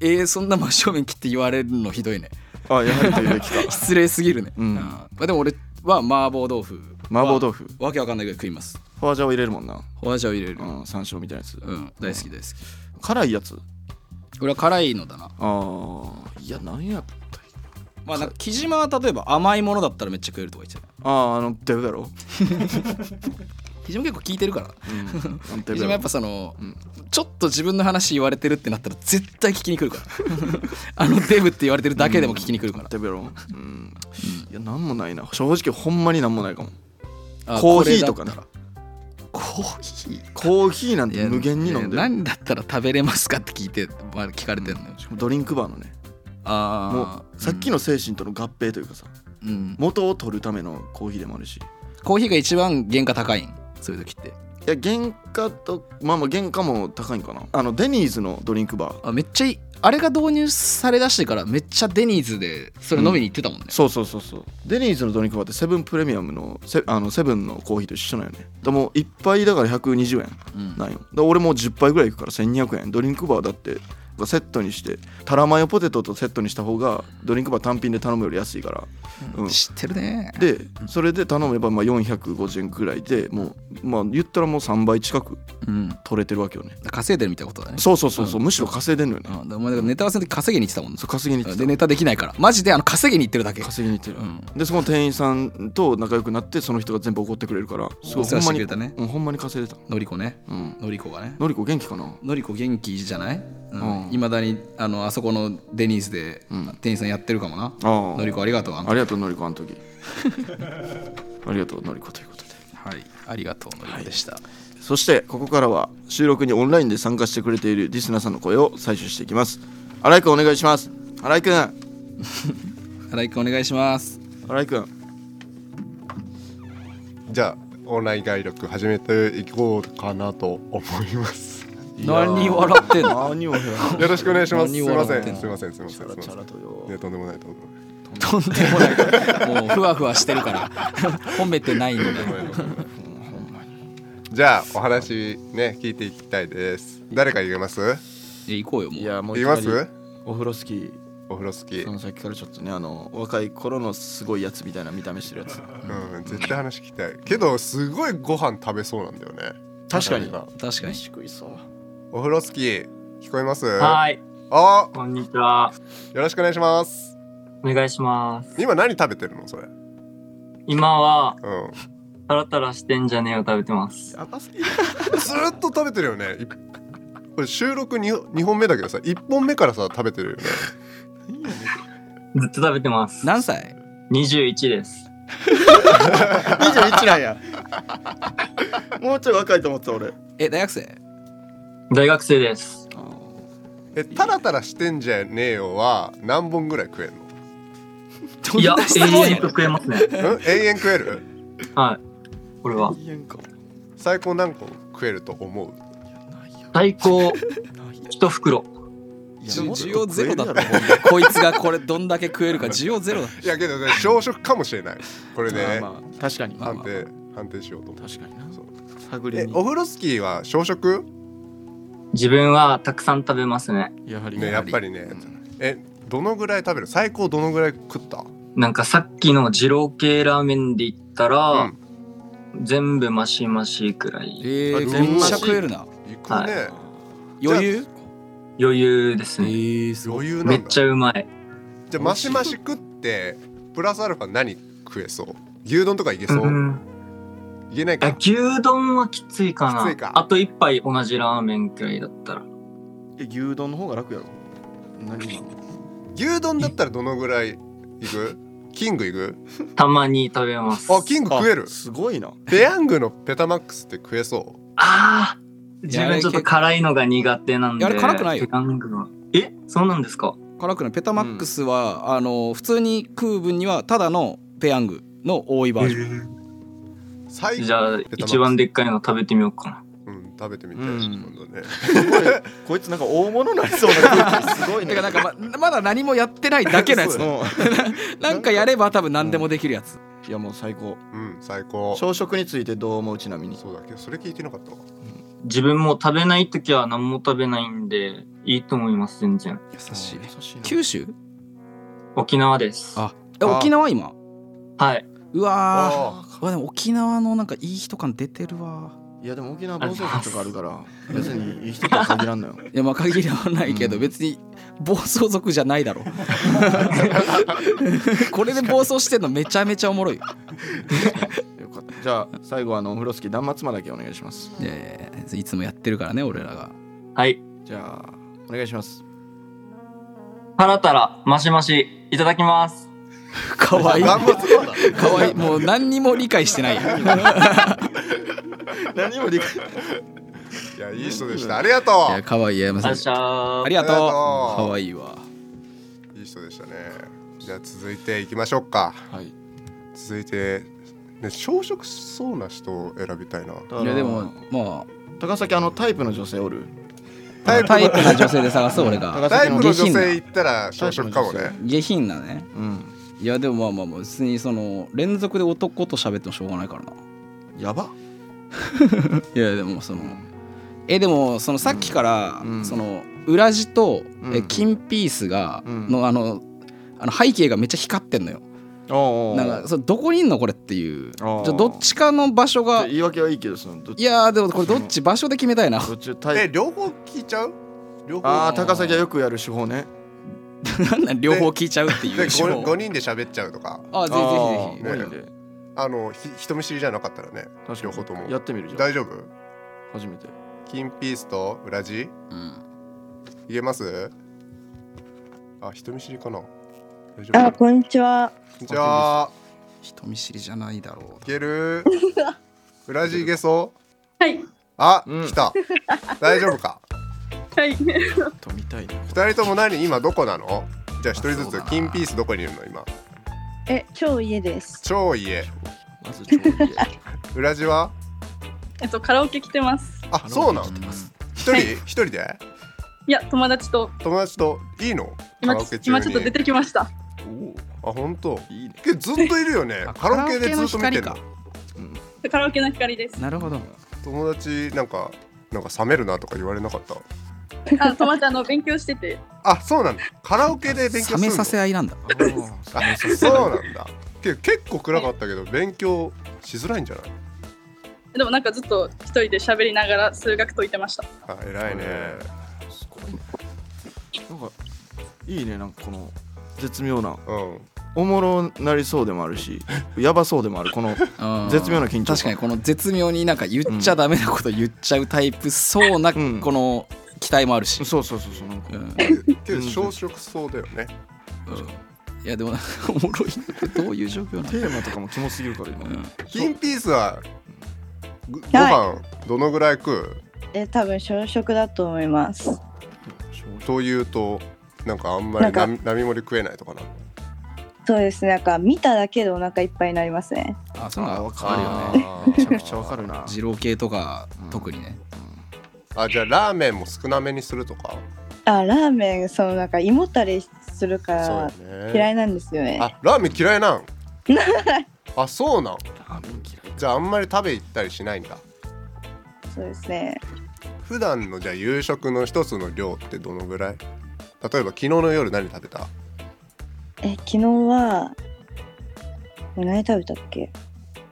Speaker 3: えーそんな真正面切って言われるのひどいね
Speaker 2: あやはりというべき か
Speaker 3: 失礼すぎるね、
Speaker 2: うん
Speaker 3: まあ、でも俺は麻婆豆腐
Speaker 2: 麻婆豆腐
Speaker 3: わけわかんないぐらい食います
Speaker 2: フォアジャオ入れるもんな
Speaker 3: ホワジャオ入れる、
Speaker 2: うん山椒みたいなやつ
Speaker 3: うん、大好き大好き。
Speaker 2: 辛いやつ
Speaker 3: 俺は辛いのだな。
Speaker 2: ああいやなんやったっ
Speaker 3: まあなんか木島は例えば甘いものだったらめっちゃ食えるとか言ってたよ
Speaker 2: あああのデブだろ、
Speaker 3: 木島結構聞いてるから
Speaker 2: うん、あ のデブ
Speaker 3: 木
Speaker 2: だ
Speaker 3: 島
Speaker 2: ろ
Speaker 3: やっぱその、
Speaker 2: ん
Speaker 3: ちょっと自分の話言われてるってなったら絶対聞きに来るから あのデブって言われてるだけでも聞きに来るから、
Speaker 2: デブ だろうんいやなんもないな正直ほんまになんもないかも
Speaker 3: あ
Speaker 2: コーヒーとかな
Speaker 3: これだ
Speaker 2: ら
Speaker 3: ったらコーヒー
Speaker 2: コーヒーなん
Speaker 3: い
Speaker 2: て
Speaker 3: や
Speaker 2: 無限に飲ん
Speaker 3: い
Speaker 2: で
Speaker 3: や
Speaker 2: る
Speaker 3: 何だったら食べれますかって聞いて、まあ、聞かれてんのよ、
Speaker 2: しかもドリンクバーのね
Speaker 3: あ
Speaker 2: も
Speaker 3: あ
Speaker 2: うさっきの精神との合併というかさ
Speaker 3: うん、うん
Speaker 2: 元を取るためのコーヒーでもあるしい
Speaker 3: コーヒーが一番原価高いんそういう時って
Speaker 2: や原価とまあまあ原価も高いんかなあのデニーズのドリンクバー
Speaker 3: あめっちゃいいあれが導入されだしてからめっちゃデニーズでそれ飲みに行ってたもんね、
Speaker 2: そうそうそうそうデニーズのドリンクバーってセブンプレミアムのセあのセブンのコーヒーと一緒なんよねでも1杯だから120円
Speaker 3: うん
Speaker 2: なんよで俺もう10杯ぐらいいくから1200円ドリンクバーだってセットにしてタラマヨポテトとセットにした方がドリンクバー単品で頼むより安いから、うん、
Speaker 3: 知ってるね
Speaker 2: でそれで頼めばまあ450円ぐらいでもうまあ言ったらもう3倍近く
Speaker 3: うん
Speaker 2: 取れてるわけよね
Speaker 3: 稼いでるみたいなことだね
Speaker 2: そうそうそうそう、
Speaker 3: うん
Speaker 2: むしろ稼いでんのよね、
Speaker 3: うん、でもだからネタ合わせの時稼ぎに行ってたもん
Speaker 2: そう稼ぎに行って
Speaker 3: で
Speaker 2: た
Speaker 3: ネタできないからマジであの稼ぎに行ってるだけ
Speaker 2: 稼ぎに行ってる、
Speaker 3: うん
Speaker 2: でそこの店員さんと仲良くなってその人が全部怒ってくれるからすほ
Speaker 3: お世話
Speaker 2: ん
Speaker 3: し
Speaker 2: ま
Speaker 3: てくれ
Speaker 2: に
Speaker 3: たね
Speaker 2: うんほんまに稼いでた
Speaker 3: のりこね
Speaker 2: うん
Speaker 3: のりこがね
Speaker 2: のりこ元気かな
Speaker 3: のりこ元気じゃないいま
Speaker 2: う、ん
Speaker 3: 未だにあのあそこのデニーズで、
Speaker 2: ん
Speaker 3: 店員さんやってるかもな
Speaker 2: ああ
Speaker 3: のりこありがとうあんた
Speaker 2: ありがとうのりこあの 時ありがとうのりこということで
Speaker 3: はいありがとうのりこでした、
Speaker 2: そしてここからは収録にオンラインで参加してくれているリスナーさんの声を採取していきます新井くんお願いします新井くん
Speaker 3: 新井くんお願いします
Speaker 2: 新井くん
Speaker 1: じゃあオンライン外録始めていこうかなと思います。
Speaker 3: 何笑ってんの
Speaker 2: 何をや
Speaker 1: よろしくお願いしま
Speaker 3: 何
Speaker 1: す。すみ
Speaker 3: を
Speaker 1: ま
Speaker 3: 笑
Speaker 1: せ
Speaker 3: ってん
Speaker 1: ん。
Speaker 3: の
Speaker 1: すみません。すみませ
Speaker 2: チャ
Speaker 1: ん。すみ
Speaker 2: ラ
Speaker 1: ま
Speaker 2: チ
Speaker 1: せ
Speaker 2: ャラ
Speaker 1: ん。
Speaker 2: とよ
Speaker 1: いやとんでもないとんでもない。
Speaker 3: とんでも ないもうふわふわしてるから褒めてないんで
Speaker 1: じゃあお話ね聞いていきたいです。誰か言えます？
Speaker 3: え行こうよもう
Speaker 2: いやもう
Speaker 1: 言い
Speaker 2: きな
Speaker 1: ま
Speaker 2: り
Speaker 1: す？
Speaker 2: お風呂好き
Speaker 1: お風呂好き。
Speaker 2: その先からちょっとねあの若い頃のすごいやつみたいな見た目してるやつ
Speaker 1: うん、絶対話聞きたい。けどすごいご飯食べそうなんだよね。
Speaker 2: 確かに
Speaker 1: なん
Speaker 3: 確かに
Speaker 2: 飯食いそう
Speaker 1: お風呂好き聞こえます？い。
Speaker 4: はい、
Speaker 1: あ、
Speaker 4: こんにちは。
Speaker 1: よろしくお願いします。
Speaker 4: お願いします。
Speaker 1: 今何食べてるのそれ？
Speaker 4: 今は、
Speaker 1: うん。
Speaker 4: タラタラしてんじゃねえを食べてます。
Speaker 2: やばすぎ
Speaker 1: ずーっと食べてるよね。いこれ収録 2, 二本目だけどさ、1本目からさ、食べてるよね。
Speaker 4: ずっと食べてます。
Speaker 3: 何歳
Speaker 4: 21です。
Speaker 2: 21なんやもうちょい若いと思ってた俺
Speaker 3: え大学生
Speaker 4: 大学生です。
Speaker 1: え、タラタラしてんじゃねえよは何本ぐらい食えんの
Speaker 4: いや、
Speaker 3: す
Speaker 4: 永
Speaker 3: ごい
Speaker 4: 遠と食えますね。
Speaker 1: うん永遠食える
Speaker 4: はい。これは。
Speaker 2: 言えんか
Speaker 1: 最高何個食えると思う
Speaker 2: ないや
Speaker 4: 最高、一袋。
Speaker 2: いやもっと
Speaker 3: 需要ゼロだった
Speaker 2: 食えるやろ
Speaker 3: もんこいつがこれどんだけ食えるか需要 ゼロだ
Speaker 1: いやけどね、小食かもしれない。これで、ね
Speaker 2: まあまあ確かに
Speaker 3: まあ
Speaker 1: 判定、判定しようと思う。
Speaker 2: 確かにな
Speaker 1: そう
Speaker 2: 探り
Speaker 1: え、
Speaker 2: に
Speaker 1: お風呂スキーは小食
Speaker 4: 自分はたくさん食べますね。
Speaker 2: やはり
Speaker 1: ね、やっぱりね。え、どのぐらい食べる最高どのぐらい食った
Speaker 4: なんかさっきの二郎系ラーメンで言った
Speaker 1: う
Speaker 4: ら、
Speaker 1: ん。
Speaker 4: 全部マシマシくらい。
Speaker 3: えー、
Speaker 2: あ
Speaker 3: めっちゃ食えるな
Speaker 1: 行く
Speaker 4: は
Speaker 1: ね。
Speaker 3: 余裕
Speaker 4: 余裕ですね。
Speaker 3: ー、す
Speaker 1: 余裕なんだ。
Speaker 4: めっちゃうまい。
Speaker 1: じゃあマシマシ食ってプラスアルファ何食えそう牛丼とかいけそう、
Speaker 4: うん
Speaker 1: いけない
Speaker 4: あ
Speaker 1: か
Speaker 4: 牛丼はきついかな。
Speaker 1: きついか
Speaker 4: あと一杯同じラーメンくらいだったら。
Speaker 2: え牛丼の方が楽やろ何
Speaker 1: 牛丼だったらどのぐらいいくキングいく
Speaker 4: たまに食べます。
Speaker 1: あキング食える
Speaker 2: あすごいな
Speaker 1: ペヤングのペタマックスって食えそう
Speaker 4: ああ
Speaker 3: い
Speaker 4: 自
Speaker 3: や
Speaker 4: 分ちょっと辛いのが苦手なんで。
Speaker 3: いやあれ辛くないよ
Speaker 4: ペヤングはえそうなんですか
Speaker 3: 辛くないペタマックスは、あの普通に食う分にはただのペヤングの多いバージョン、
Speaker 1: 最
Speaker 4: じゃあ、一番でっかいの食べてみようかな。
Speaker 1: うん食べてみて、
Speaker 2: うん
Speaker 1: 今度ね
Speaker 2: すごいこいつなんか大物になりそうな空気すごい
Speaker 3: て
Speaker 2: ね
Speaker 3: か なんかままだ何もやってないだけのやつ
Speaker 2: うん
Speaker 3: なんかやれば多分何でもできるやつ、
Speaker 2: いやもう最高
Speaker 1: うん最高
Speaker 2: 朝食についてどう思うちなみに
Speaker 1: そうだけどそれ聞いてなかったわ
Speaker 4: 自分も食べないときは何も食べないんで、いいと思います、全然。
Speaker 3: 優
Speaker 2: あー優しいな
Speaker 3: 九州
Speaker 4: 沖縄です。
Speaker 3: あ
Speaker 4: は
Speaker 3: え
Speaker 2: あ
Speaker 3: 沖縄今
Speaker 4: い。
Speaker 3: うわ
Speaker 1: あ
Speaker 3: ーうわでも沖縄のなんかいい人感出てるわ
Speaker 2: いやで も沖縄暴走族とかあるから別にいい人とは限らんのよ
Speaker 3: いやまあ限りはないけど、
Speaker 2: うん
Speaker 3: 別に暴走族じゃないだ ろこれで暴走してんのめちゃめちゃおもろいよ
Speaker 2: よかったじゃあ最後あの風呂敷断末魔だけお願いします
Speaker 3: いやいやいやいつもやってるからね俺らが
Speaker 4: はい。
Speaker 2: じゃあお願いします
Speaker 4: タラタラ、マシマシ、いただきます。
Speaker 3: かわいい
Speaker 1: 頑張ってそうだ
Speaker 3: かわいいもう何にも理解してないよ
Speaker 2: 何も理解
Speaker 1: いやいい人でしたありがと
Speaker 3: いやかわいい山
Speaker 4: あ
Speaker 3: さ
Speaker 4: っしゃ
Speaker 3: ん
Speaker 4: ー
Speaker 3: ありがとう
Speaker 1: ありがとう
Speaker 3: かわいいわ
Speaker 1: ういい人でしたねじゃあ続いていきましょうか
Speaker 2: はい
Speaker 1: 続いてね小食そうな人を選びたいない
Speaker 3: やでもま
Speaker 2: 高崎あのタイプの女性おる
Speaker 1: タ
Speaker 3: あ
Speaker 1: イプ
Speaker 3: タイ
Speaker 1: の
Speaker 3: プの女性で探す俺
Speaker 2: 高
Speaker 3: が
Speaker 1: タイプの女
Speaker 3: 下品な
Speaker 1: 性行ったら小食かも
Speaker 2: タイ
Speaker 1: ね
Speaker 3: 下品なね
Speaker 2: うん
Speaker 3: いやでもまあまあまあ別にその連続で男と喋ってもしょうがないからな
Speaker 2: やば
Speaker 3: いやでもそのえでもそのさっきから、
Speaker 2: うん
Speaker 3: その裏地と、
Speaker 2: うん
Speaker 3: え金ピースが、
Speaker 2: うん
Speaker 3: のあのあの背景がめっちゃ光ってんのよ
Speaker 2: おうおう
Speaker 3: なんかそれどこにいんのこれっていうじゃ
Speaker 2: あー
Speaker 3: あどっちかの場所が
Speaker 2: 言い訳はいいけどそのどっ
Speaker 3: いやーでもこれどっち場所で決めたいな
Speaker 2: どっちタ
Speaker 1: え
Speaker 2: イプ
Speaker 1: 両方聞いちゃう両方
Speaker 2: ああ高崎はよくやる手法ね
Speaker 3: なんなん両方聞いちゃうってい
Speaker 1: で
Speaker 3: う手
Speaker 1: 5,
Speaker 3: 法
Speaker 1: 人で喋っちゃうとか
Speaker 3: あぜひぜひぜ
Speaker 1: あー
Speaker 2: ぜ
Speaker 1: ねあのひ人見知りじゃなかったらね
Speaker 2: 確か
Speaker 1: 両
Speaker 2: に
Speaker 1: 方とも
Speaker 2: やってみるじゃん
Speaker 1: 大丈夫
Speaker 2: 初めて
Speaker 1: 金ピースと裏地
Speaker 3: ひ、うん
Speaker 1: 言えますあ人見知りかな大丈
Speaker 5: あ、
Speaker 1: 夫こ
Speaker 5: こんにちは。
Speaker 1: んにちは
Speaker 3: 人見知りじゃないだろ
Speaker 1: いける裏地いけそう
Speaker 5: はい。
Speaker 1: あ、
Speaker 2: うん
Speaker 1: 来た大丈夫か
Speaker 5: はい。
Speaker 2: と見たいな
Speaker 1: 二 人とも何今どこなのじゃあ一人ず
Speaker 3: そうだ
Speaker 1: つ
Speaker 3: な
Speaker 1: 金ピースどこにいるの今
Speaker 5: え、超家です。
Speaker 1: 超家
Speaker 2: まずちょうどいい
Speaker 1: 裏地は
Speaker 6: えっと、カラオケ来てます。
Speaker 1: あそうなの
Speaker 2: 頼んできてます
Speaker 1: 一人一人で
Speaker 6: いや、友達と、
Speaker 1: 友達といいのカ
Speaker 6: 今、
Speaker 1: ラオ
Speaker 6: 今
Speaker 1: ケ
Speaker 6: ち
Speaker 1: 中
Speaker 6: ょ
Speaker 1: に
Speaker 6: っと出てきました。
Speaker 2: おお
Speaker 1: あ本当
Speaker 2: ういいね
Speaker 1: けどずっといるよね
Speaker 3: あ
Speaker 1: カラオケでずっと見てる
Speaker 3: カラオケの
Speaker 1: の
Speaker 3: 光
Speaker 6: カラオケの光です
Speaker 3: う。なるほど
Speaker 1: 友達なんかなんか冷めるなとか言われなかった
Speaker 6: あ、友達、あの、勉強してて。
Speaker 1: あそうなんだカラオケで勉強する
Speaker 3: 冷
Speaker 1: の
Speaker 3: めさせ合いなんだ
Speaker 2: あー
Speaker 1: あそうなんだけど結構暗かったけど勉強しづらいんじゃない
Speaker 6: でも、なんかずっと一人で喋りながら数学解いてました。
Speaker 1: あ偉いね
Speaker 2: すごいねなんかいいねなんかこの絶妙な
Speaker 1: うん
Speaker 2: おもろなりそうでもあるしやばそうでもあるこの
Speaker 3: うん
Speaker 2: 絶妙な緊張感
Speaker 3: 確かにこの絶妙になんか言っちゃダメなこと言っちゃうタイプそうなこ
Speaker 2: うん
Speaker 3: の期待もあるし、
Speaker 2: そうそうそうそうなんか
Speaker 3: うんうん
Speaker 1: けど小食そうだよね
Speaker 3: いやでも なんかおもろいなどういう状況 な
Speaker 2: テーマとかもキモすぎるから今、
Speaker 3: の、うん
Speaker 1: 金ピースはごご
Speaker 5: は
Speaker 1: 飯どのぐらい食う
Speaker 5: え、多分小食だと思います。
Speaker 1: というとなんかあんまり
Speaker 5: な
Speaker 1: 並並盛り食えないとかな
Speaker 5: そうですね。なんか見ただけでお腹いっぱいになりますね。
Speaker 3: あそうな
Speaker 2: あ
Speaker 3: の
Speaker 2: わ
Speaker 3: か
Speaker 2: か
Speaker 3: る
Speaker 2: る
Speaker 3: よ
Speaker 2: よ
Speaker 3: ね
Speaker 2: ね めちゃくちゃわかるな
Speaker 3: 二郎系とか特にね、
Speaker 1: あじゃあラーメンも少なめにするとか
Speaker 5: あ、ラーメン、そのなんか胃もたれするから
Speaker 1: そうよね
Speaker 5: 嫌いなんですよね。
Speaker 1: あラーメン嫌 いなんあそうなんじゃああんまり食べ行ったりしないんだ
Speaker 5: そうですね。
Speaker 1: 普段のじゃあ夕食の一つの量ってどのぐらい例えば昨日の夜何食べた
Speaker 5: え、昨日は、何食べたっけ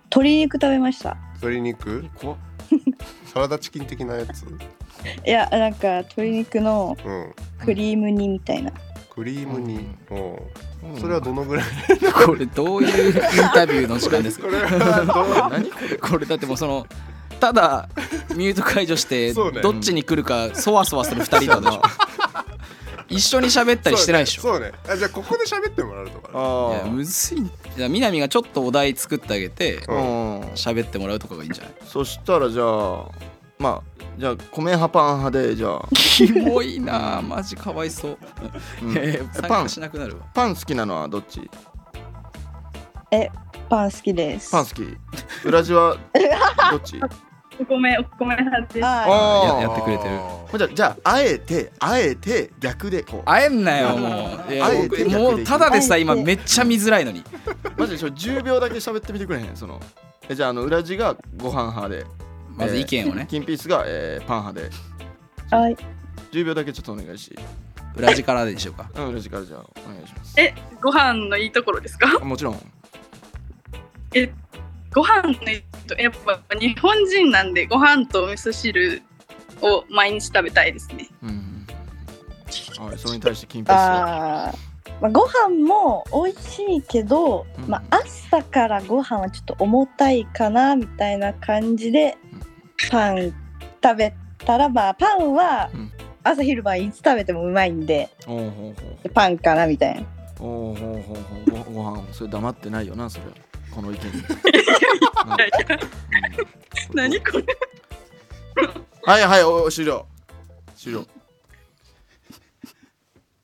Speaker 5: 鶏肉食べました。
Speaker 1: 鶏肉
Speaker 2: 怖っ
Speaker 1: サラダチキン的なやつう
Speaker 5: いや、なんか鶏肉の
Speaker 1: ん
Speaker 5: クリーム煮みたいな。
Speaker 1: クリーム煮うんそれはどのぐらい
Speaker 3: これどういうインタビューの時間ですか
Speaker 1: これはどう
Speaker 2: 何こ れ
Speaker 3: これだってもうそのただミュート解除して
Speaker 1: そうね
Speaker 3: どっちに来るかそわそわする2人だでしょ一緒に喋ったりしてないでしょ
Speaker 1: そうねそうねあじゃあここで喋ってもらうとか
Speaker 3: い
Speaker 2: あ
Speaker 3: やむずいんじゃあ南がちょっとお題作ってあげて
Speaker 1: う
Speaker 2: あうん
Speaker 3: 喋ってもらうとかがいいんじゃない
Speaker 2: そしたらじゃあまあじゃあ米派パン派でじゃあ
Speaker 3: キモいなあマジかわいそう、
Speaker 2: うん
Speaker 3: えー参
Speaker 2: パン
Speaker 3: 加しなくなるわ
Speaker 2: パン好きなのはどっち
Speaker 5: パン好きです。
Speaker 2: パン好き裏地はどっち
Speaker 6: お米、お米派です。
Speaker 5: あ
Speaker 2: あー
Speaker 3: ややってくれてる
Speaker 2: ほんじゃじゃああえてあえて逆でこう
Speaker 3: 会えんなよもういや
Speaker 2: 会えて
Speaker 3: 僕もうただでさえ今
Speaker 5: 会えて
Speaker 3: めっちゃ見づらいのに
Speaker 2: マジでちょ10秒だけ喋ってみてくれへんそのえじゃああの裏地がご飯派で
Speaker 3: まず意見をね
Speaker 2: 金ピースが、えーパン派で
Speaker 5: はい。
Speaker 2: 10秒だけちょっとお願いし
Speaker 3: 裏地からでしょうか
Speaker 2: うん裏地からじゃあお願いします
Speaker 6: え、ご飯のいいところですか
Speaker 2: あもちろん
Speaker 6: え、ご飯のいいと、やっぱ日本人 なんで、ご飯とお味噌汁を毎日食べたいですね。
Speaker 2: うんはい、それに対して金平
Speaker 5: あー、まあ、ご飯も美味しいけど、
Speaker 2: うん
Speaker 5: まあ、朝からご飯はちょっと重たいかなみたいな感じで
Speaker 2: うん
Speaker 5: パン食べたらまあパンは
Speaker 2: うん
Speaker 5: 朝昼晩いつ食べてもうまいんで
Speaker 2: スおうほうほう
Speaker 5: パンかなみたいな
Speaker 2: おうほうほうほうごご飯それ黙ってないよなそれこの意見に
Speaker 6: やいや
Speaker 2: うん
Speaker 6: 何これ
Speaker 2: はいはいおお終了終了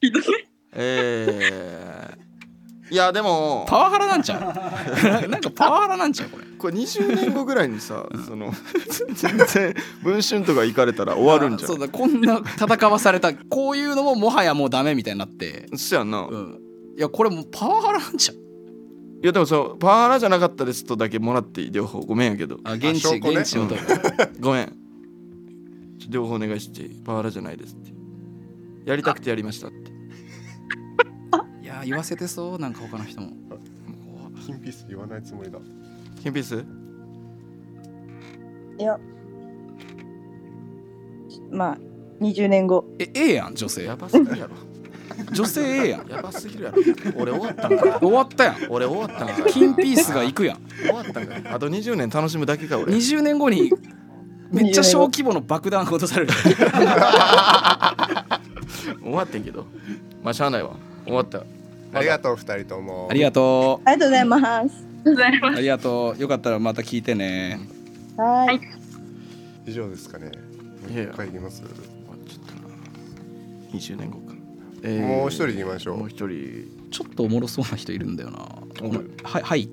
Speaker 6: ひどい
Speaker 2: えー、いやでも
Speaker 3: パワハラなんちゃう なんかパワハラなんちゃうこれ
Speaker 2: これ20年後ぐらいにさその全然文春とか行かれたら終わるんじゃ
Speaker 3: そ
Speaker 2: な
Speaker 3: う
Speaker 2: い
Speaker 3: だこんな戦わされたこういうのももはやもうダメみたいになって
Speaker 2: そやんな、
Speaker 3: う
Speaker 2: い
Speaker 3: んいやこれもうパワハラなんちゃう
Speaker 2: やでもそのパワハラじゃなかったですとだけもらっていい両方ごめんやけど
Speaker 3: あ現地、
Speaker 1: 証拠ね
Speaker 3: 現地を取る
Speaker 2: ごめんちょ両方お願いしてパワハラじゃないですってやりたくてやりましたって
Speaker 3: いや言わせてそうなんか他の人も
Speaker 1: 金ピース言わないつもりだ
Speaker 2: キンピース
Speaker 5: いやまあ20年後
Speaker 3: えええやん女性
Speaker 2: やばすぎるやろ
Speaker 3: 女性ええやん
Speaker 2: やばすぎるやろ俺終わったんか
Speaker 3: 終わったやん
Speaker 2: 俺終わったんか
Speaker 3: 金ピースが行くやん
Speaker 2: 終わったんかあと20年楽しむだけか俺
Speaker 3: 20年後にめっちゃ小規模の爆弾が落とされる
Speaker 2: 終わってんけどまあしゃあないわ終わった
Speaker 1: ありがとう二人とも
Speaker 3: ありがと
Speaker 5: ありがとうございます
Speaker 6: ございま
Speaker 3: う
Speaker 6: す
Speaker 3: ありがとうよかったらまた聞いてね
Speaker 5: はい
Speaker 1: 以上ですかねもう
Speaker 2: いやい
Speaker 1: 一
Speaker 2: や
Speaker 1: 回言います
Speaker 2: 終わっちゃったな20年後か、えー
Speaker 1: もう一人言いましょ
Speaker 2: もう
Speaker 1: う
Speaker 2: 一人
Speaker 3: ちょっとおもろそうな人いるんだよな
Speaker 2: おる
Speaker 3: はいはい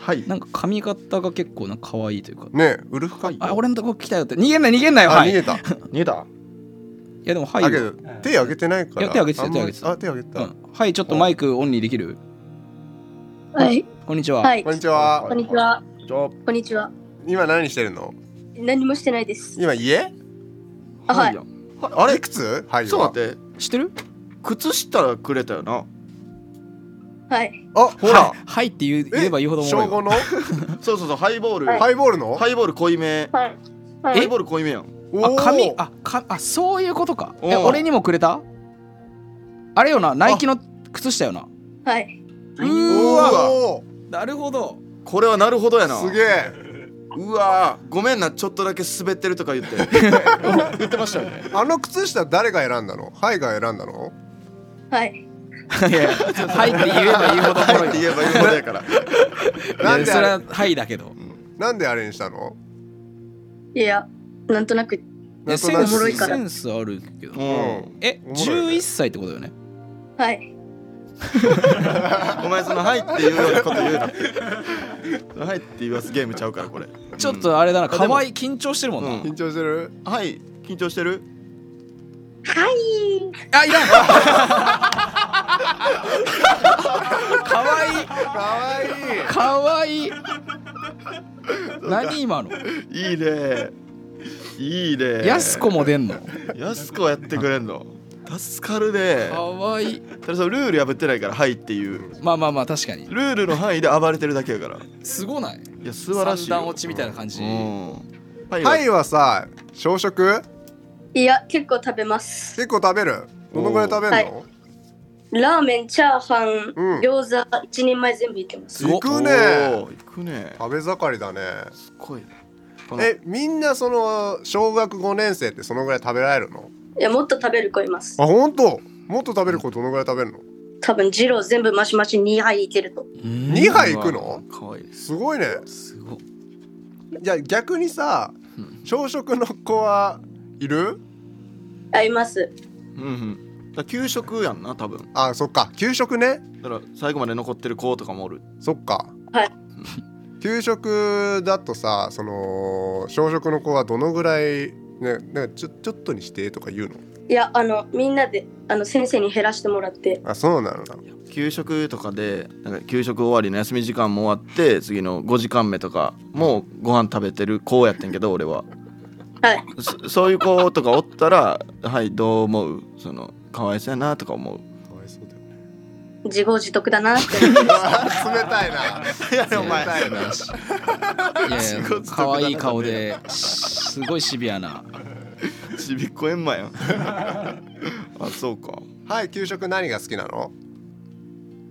Speaker 2: はい
Speaker 3: なんか髪型が結構なんか可愛いというか
Speaker 1: ねえウルフか
Speaker 3: あ俺のとこ来たよって逃げんな逃げんなよ
Speaker 1: あ
Speaker 3: は
Speaker 1: 逃
Speaker 3: いい
Speaker 1: げた
Speaker 2: 逃げた
Speaker 3: やでもはい
Speaker 1: だけど手挙げてないか
Speaker 3: いや
Speaker 1: ら
Speaker 3: 手挙げてた
Speaker 1: あんま
Speaker 3: 手挙げてた
Speaker 1: あ手挙げて
Speaker 3: う
Speaker 1: た
Speaker 3: んはいちょっとマイクオンにできる
Speaker 7: はい、
Speaker 3: こんにちは、
Speaker 7: はい
Speaker 1: こん、にちは
Speaker 7: こんにちは、
Speaker 2: ちょ
Speaker 7: こんにちは。
Speaker 1: 今何してるの
Speaker 7: 何もしてないです。
Speaker 1: 今家
Speaker 7: あはい
Speaker 2: やん
Speaker 1: あれいくつはい
Speaker 2: ちょっと待って
Speaker 3: 知ってる
Speaker 2: 靴下くれたよな
Speaker 7: はい、
Speaker 1: あほら
Speaker 3: はいはいって言う言えば言うほどおもろ
Speaker 1: 小
Speaker 3: いわ
Speaker 1: 五の
Speaker 2: そうそうそうハイボール、
Speaker 1: ハイボールの
Speaker 2: ハイボール濃いめ
Speaker 7: はい、は
Speaker 2: ハイ
Speaker 7: い、
Speaker 2: ボール濃いめやん
Speaker 1: お
Speaker 3: あ
Speaker 1: ー
Speaker 3: 髪あかあそういうことかえ
Speaker 2: おう
Speaker 3: 俺にもくれたあれよなナイキの靴下よな
Speaker 7: はい。
Speaker 3: う
Speaker 1: お
Speaker 3: ーわ
Speaker 1: ー
Speaker 3: なるほど
Speaker 2: これはなるほどやな
Speaker 1: すげえ
Speaker 2: うわーごめんなちょっとだけ滑ってるとか言って言ってましたよね
Speaker 1: あの靴下誰が選んだのハイが選んだの
Speaker 7: はい、
Speaker 3: いやいやはいって言えば言うほどおも
Speaker 2: 入
Speaker 3: ろいわ
Speaker 2: って言えば言うほどや から
Speaker 1: なん
Speaker 3: いや
Speaker 1: で
Speaker 3: そ
Speaker 1: あ
Speaker 3: れ
Speaker 1: れ
Speaker 3: ははいだけど
Speaker 1: なんであれにしたの
Speaker 7: いや、なんとなく、
Speaker 3: いや
Speaker 1: なんと
Speaker 3: セ
Speaker 1: な
Speaker 3: ン
Speaker 1: く
Speaker 7: おもろ
Speaker 3: ス
Speaker 7: いから
Speaker 3: センスあるけど
Speaker 2: う
Speaker 3: え
Speaker 1: おもろいね
Speaker 3: 11歳ってことよね
Speaker 7: はい、
Speaker 2: んお前その「はい」っていうようなこと言うなって「はい」って言わすゲームちゃうからこれ
Speaker 3: ちょっとあれだな
Speaker 2: でも
Speaker 3: 可愛い緊張してるもんな、
Speaker 2: うん
Speaker 1: 緊張してる
Speaker 2: はい緊張してる
Speaker 7: はい、
Speaker 3: あいらん 可愛い
Speaker 1: かわい
Speaker 3: 可愛
Speaker 1: い
Speaker 3: い何今の
Speaker 2: いいねいいね
Speaker 3: やすこも出んの
Speaker 2: やすこやってくれんの助かるね
Speaker 3: 可愛い
Speaker 2: ただそのルール破ってないから「はい」っていう
Speaker 3: まあまあまあ確かに
Speaker 2: ルールの範囲で暴れてるだけやから
Speaker 3: すごない
Speaker 2: いや素晴らしい
Speaker 3: 三段落ちみたいな感じ
Speaker 2: うんはい
Speaker 1: ハイはさ小食
Speaker 7: いや、結構食べます。
Speaker 1: 結構食べるどのぐらい食べるの
Speaker 7: ラーメン、チャーハン、
Speaker 1: うん
Speaker 7: 餃子、一人前全部いけます。
Speaker 1: 行く
Speaker 2: お
Speaker 1: ね
Speaker 2: ー行くね
Speaker 1: 食べ盛りだね
Speaker 2: すごいねこの
Speaker 1: えみんなその小学5年生ってそのぐらい食べられるの
Speaker 7: いや、もっと食べる子います。
Speaker 1: あ本当もっと食べる子どのぐらい食べるの
Speaker 7: 多分、ジロー全部マシマシ2杯いけると。
Speaker 1: 2
Speaker 3: 2
Speaker 1: 杯行くの
Speaker 2: かわいい
Speaker 1: すごいね
Speaker 3: すごい
Speaker 1: じゃあ逆にさ
Speaker 2: うん
Speaker 1: 小食の子はいる
Speaker 7: あいます。
Speaker 2: うんうんだから給食やんな多分
Speaker 1: あそっか給食ね
Speaker 2: だから最後まで残ってる子とかもおる
Speaker 1: そっか
Speaker 7: はい
Speaker 1: 給食だとさその小食の子はどのぐらいねなんかちょちょっとにしてとか言うの
Speaker 7: いや、あの、みんなで、あの、先生に減らしてもらって、
Speaker 1: あそうなのな
Speaker 2: 給食とかでなんか給食終わりの休み時間も終わって次の5時間目とかもうご飯食べてる子やってんけど俺は
Speaker 7: はい、
Speaker 2: そそういう子とかおったら「はいどう思う?」その「かわいそうやな」とか思う
Speaker 1: かわいそうだよね
Speaker 7: 自業自得だなって。
Speaker 1: 冷たいない
Speaker 2: や
Speaker 1: お前
Speaker 3: いやいや可愛い顔ですごいシビアな
Speaker 2: ちびっこえんまやん あそうか
Speaker 1: はい給食何が好きなの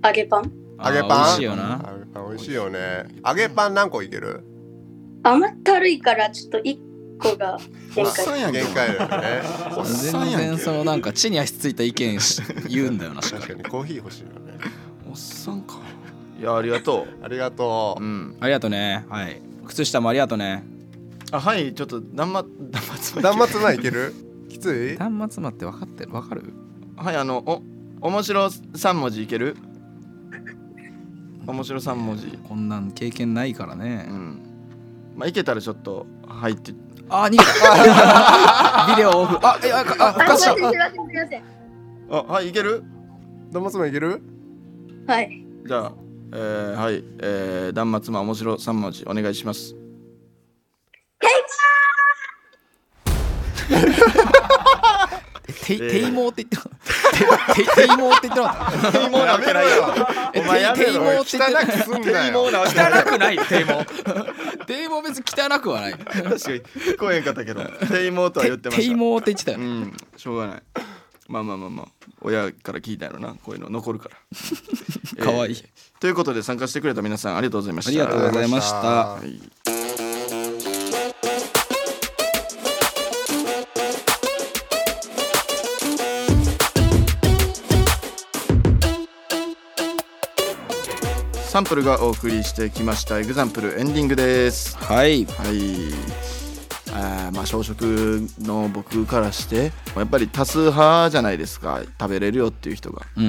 Speaker 7: 揚げパン
Speaker 1: 揚げパン
Speaker 3: あー美味しいよな
Speaker 1: 揚げパン美味しいよね揚げパン何個いける
Speaker 7: 甘ったるいからちょっと一個が
Speaker 2: お
Speaker 7: 限
Speaker 2: っ
Speaker 7: 界
Speaker 2: さんやんけ
Speaker 1: 限界だよね
Speaker 2: お前おっさん
Speaker 3: 全
Speaker 2: やん
Speaker 3: 然
Speaker 2: け
Speaker 3: そのなんか地に足ついた意見し言うんだよなしか
Speaker 1: 確かにコーヒー欲しいよね
Speaker 2: おっさんかいやありがと
Speaker 1: ありがと
Speaker 2: う
Speaker 1: う
Speaker 2: うん
Speaker 3: ありがとうねはい靴下もありがとうね
Speaker 2: あはいちょっと断末断末魔いけ
Speaker 1: 断末魔いけるきつい
Speaker 3: 端末魔って分かってる分かる
Speaker 2: はいあのお面白三文字いける面白三文字
Speaker 3: こんなん経験ないからね
Speaker 2: うんまあいけたらちょっと入って
Speaker 3: あー逃げ たビデオオフあいやああ
Speaker 7: あ、
Speaker 3: か
Speaker 7: す
Speaker 3: し
Speaker 7: い
Speaker 3: た
Speaker 7: ませんすいませんすいません
Speaker 2: あはいいける
Speaker 1: 断末魔いける
Speaker 7: はい
Speaker 2: じゃあえー、はいえー、断末魔面白三文字お願いします
Speaker 3: て
Speaker 2: えー
Speaker 3: ていもうって言ってたててていもうって言ってなかった
Speaker 2: いもなわけないよ
Speaker 3: え
Speaker 2: お前やめろ
Speaker 3: ていもうって言って
Speaker 1: 汚くすんなよ
Speaker 2: なわけない
Speaker 3: 汚くないよていもうていもう別に汚くはない
Speaker 2: 確かに聞こえんかったけどていもうとは言ってました
Speaker 3: ていもうって言ってたよ
Speaker 2: う
Speaker 3: ね
Speaker 2: んしょうがないまあまあまあまあ親から聞いたやろなこういうの残るから
Speaker 3: かわいい
Speaker 2: えーということで参加してくれた皆さんありがとうございました
Speaker 3: ありがとうございました
Speaker 1: ありがとうございま
Speaker 2: はいサンプルがお送りしてきましたエグザンプルエンディングです
Speaker 3: はい
Speaker 2: はい。あーまあ小食の僕からしてやっぱり多数派じゃないですか食べれるよっていう人が
Speaker 3: う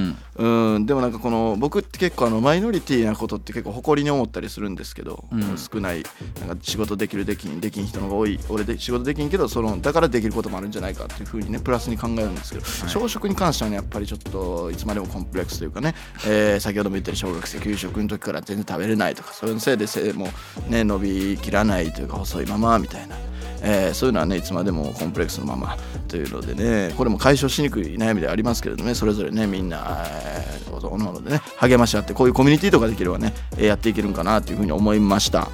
Speaker 3: ん
Speaker 2: うんでもなんかこの僕って結構あのマイノリティなことって結構誇りに思ったりするんですけど、
Speaker 3: うん
Speaker 2: 少ないなんか仕事できるできんできん人の方が多い俺で仕事できんけどそのだからできることもあるんじゃないかっていうふうにねプラスに考えるんですけど、小食に関してはねやっぱりちょっといつまでもコンプレックスというかね、えー先ほども言ったように小学生給食の時から全然食べれないとかそれのせいで背もね伸びきらないというか細いままみたいな。えーそういうのはねいつまでもコンプレックスのままというのでねこれも解消しにくい悩みではありますけれどねそれぞれねみんな、えー、おのおのでね励まし合ってこういうコミュニティとかできればね、えーやっていけるんかなというふうに思いました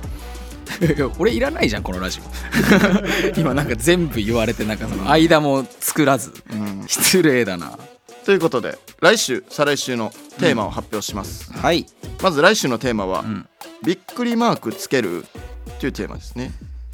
Speaker 3: 俺いらないじゃんこのラジオ 今なんか全部言われてなんかその間も作らず、失礼だな
Speaker 2: ということで来週再来週のテーマを発表します、
Speaker 3: はい
Speaker 2: まず来週のテーマは、
Speaker 3: ん
Speaker 2: びっくりマークつけるというテーマですね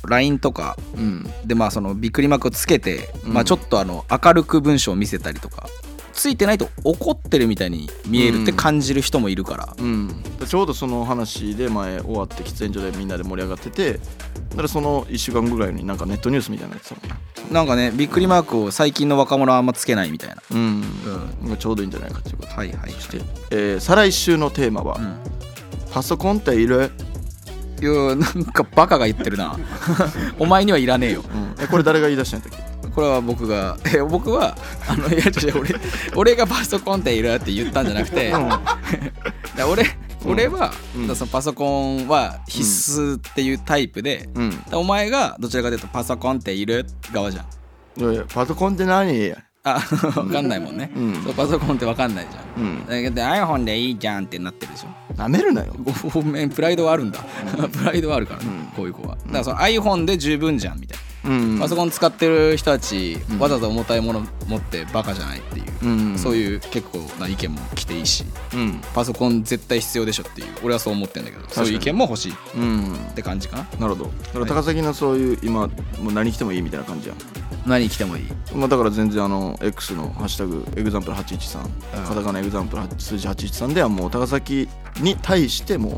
Speaker 3: LINE とか
Speaker 2: うん
Speaker 3: でまあそのびっくりマークをつけて、
Speaker 2: うん
Speaker 3: まあちょっとあの明るく文章を見せたりとかついてないと怒ってるみたいに見えるって感じる人もいるから、
Speaker 2: うん、ちょうどその話で前終わって喫煙所でみんなで盛り上がっててだからその1週間ぐらいになんかネットニュースみたいなやつだもんな
Speaker 3: なんかねびっくりマークを最近の若者はあんまつけないみたいな
Speaker 2: うん、
Speaker 3: う
Speaker 2: がちょうどいいんじゃないかということ
Speaker 3: はいはい
Speaker 2: そして、えー再来週のテーマは、パソコンっている、
Speaker 3: いやなんかバカが言ってるなお前にはいらねえよ
Speaker 2: うんえこれ誰が言い出したんやったっ
Speaker 3: これは僕がえ僕はあのいや違う違う俺俺がパソコンっているって言ったんじゃなくて、 だから俺俺は、
Speaker 2: うん
Speaker 3: だからそのパソコンは必須っていうタイプで、
Speaker 2: けうん
Speaker 3: だからお前がどちらかというとパソコンっている側じゃん
Speaker 2: いやいやパソコンって何や
Speaker 3: あ わかんないもんね、
Speaker 2: うん
Speaker 3: そうパソコンってわかんないじゃん
Speaker 2: うん
Speaker 3: だけど iPhone でいいじゃんってなってるでしょ
Speaker 2: なめるなよ
Speaker 3: ごめんプライドはあるんだ プライドはあるからね、
Speaker 2: うん
Speaker 3: こういう子はだからその iPhone で十分じゃんみたいな
Speaker 2: うん
Speaker 3: パソコン使ってる人たち、
Speaker 2: うん
Speaker 3: わざわざ重たいもの持ってバカじゃないっていう、
Speaker 2: うん
Speaker 3: そう
Speaker 2: う
Speaker 3: いう結構な意見も来ていいし
Speaker 2: うん
Speaker 3: パソコン絶対必要でしょっていう俺はそう思ってんだけど
Speaker 2: か
Speaker 3: そ
Speaker 2: に
Speaker 3: ういう意見も欲しいっ
Speaker 2: うん
Speaker 3: て感じかな
Speaker 2: なるほどだから高崎のそういう今もう何着てもいいみたいな感じやん
Speaker 3: 何来てもいい
Speaker 2: まあ、だから全然あの X の「ハッシュタグエグザンプル813」カタカナエグザンプル数字813ではもう高崎に対してもう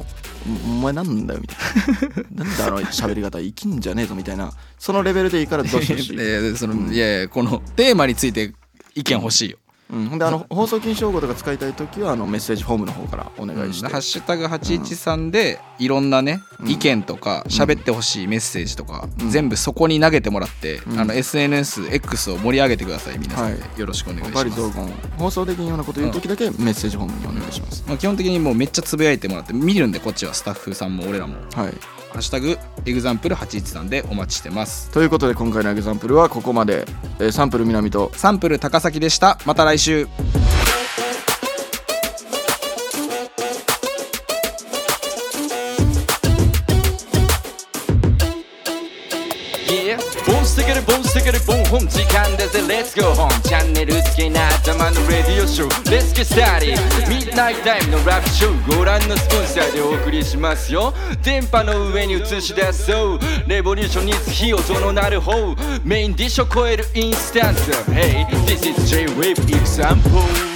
Speaker 2: 「おお前なんだよ」みたい な「なんだあの喋り方生きんじゃねえぞ」みたいなそのレベルでいいからどうし
Speaker 3: え
Speaker 2: し、
Speaker 3: ーそのいやいやこのテーマについて意見欲しいよ、
Speaker 2: うん、ほんであの放送禁止用語とか使いたい時はあのメッセージフォームの方からお願いして、
Speaker 3: ハッシュタグ813でいろんなね、
Speaker 2: うん
Speaker 3: 意見とか喋ってほしいメッセージとか、
Speaker 2: うん
Speaker 3: 全部そこに投げてもらって、
Speaker 2: うん
Speaker 3: あの SNSX を盛り上げてください皆さんで、
Speaker 2: は
Speaker 3: よろしくお願い
Speaker 2: や
Speaker 3: し
Speaker 2: っ
Speaker 3: ま
Speaker 2: ぱ
Speaker 3: す
Speaker 2: りどうかも放送できんようなこと言う時だけメッセージフォームにお願いします、
Speaker 3: まあ、基本的にもうめっちゃつぶやいてもらって見るんでこっちはスタッフさんも俺らも「
Speaker 2: はい
Speaker 3: ハッシュタグエグザンプル813」でお待ちしてます
Speaker 2: ということで今回のエグザンプルはここまで、えーサンプル南と
Speaker 3: サンプル高崎でしたまた来週
Speaker 8: ボンステケルボンステケルボン
Speaker 3: 本時間だぜ Let's go home チャンネル付けな頭のレディオショー Let's get started ミッドナイトタイムのラップショーご覧のスポンサーでお送りしますよ電波の上に映し出そうレボリューションに火をとなる方メインディッシュを超えるインスタンス Hey this is J-Wave example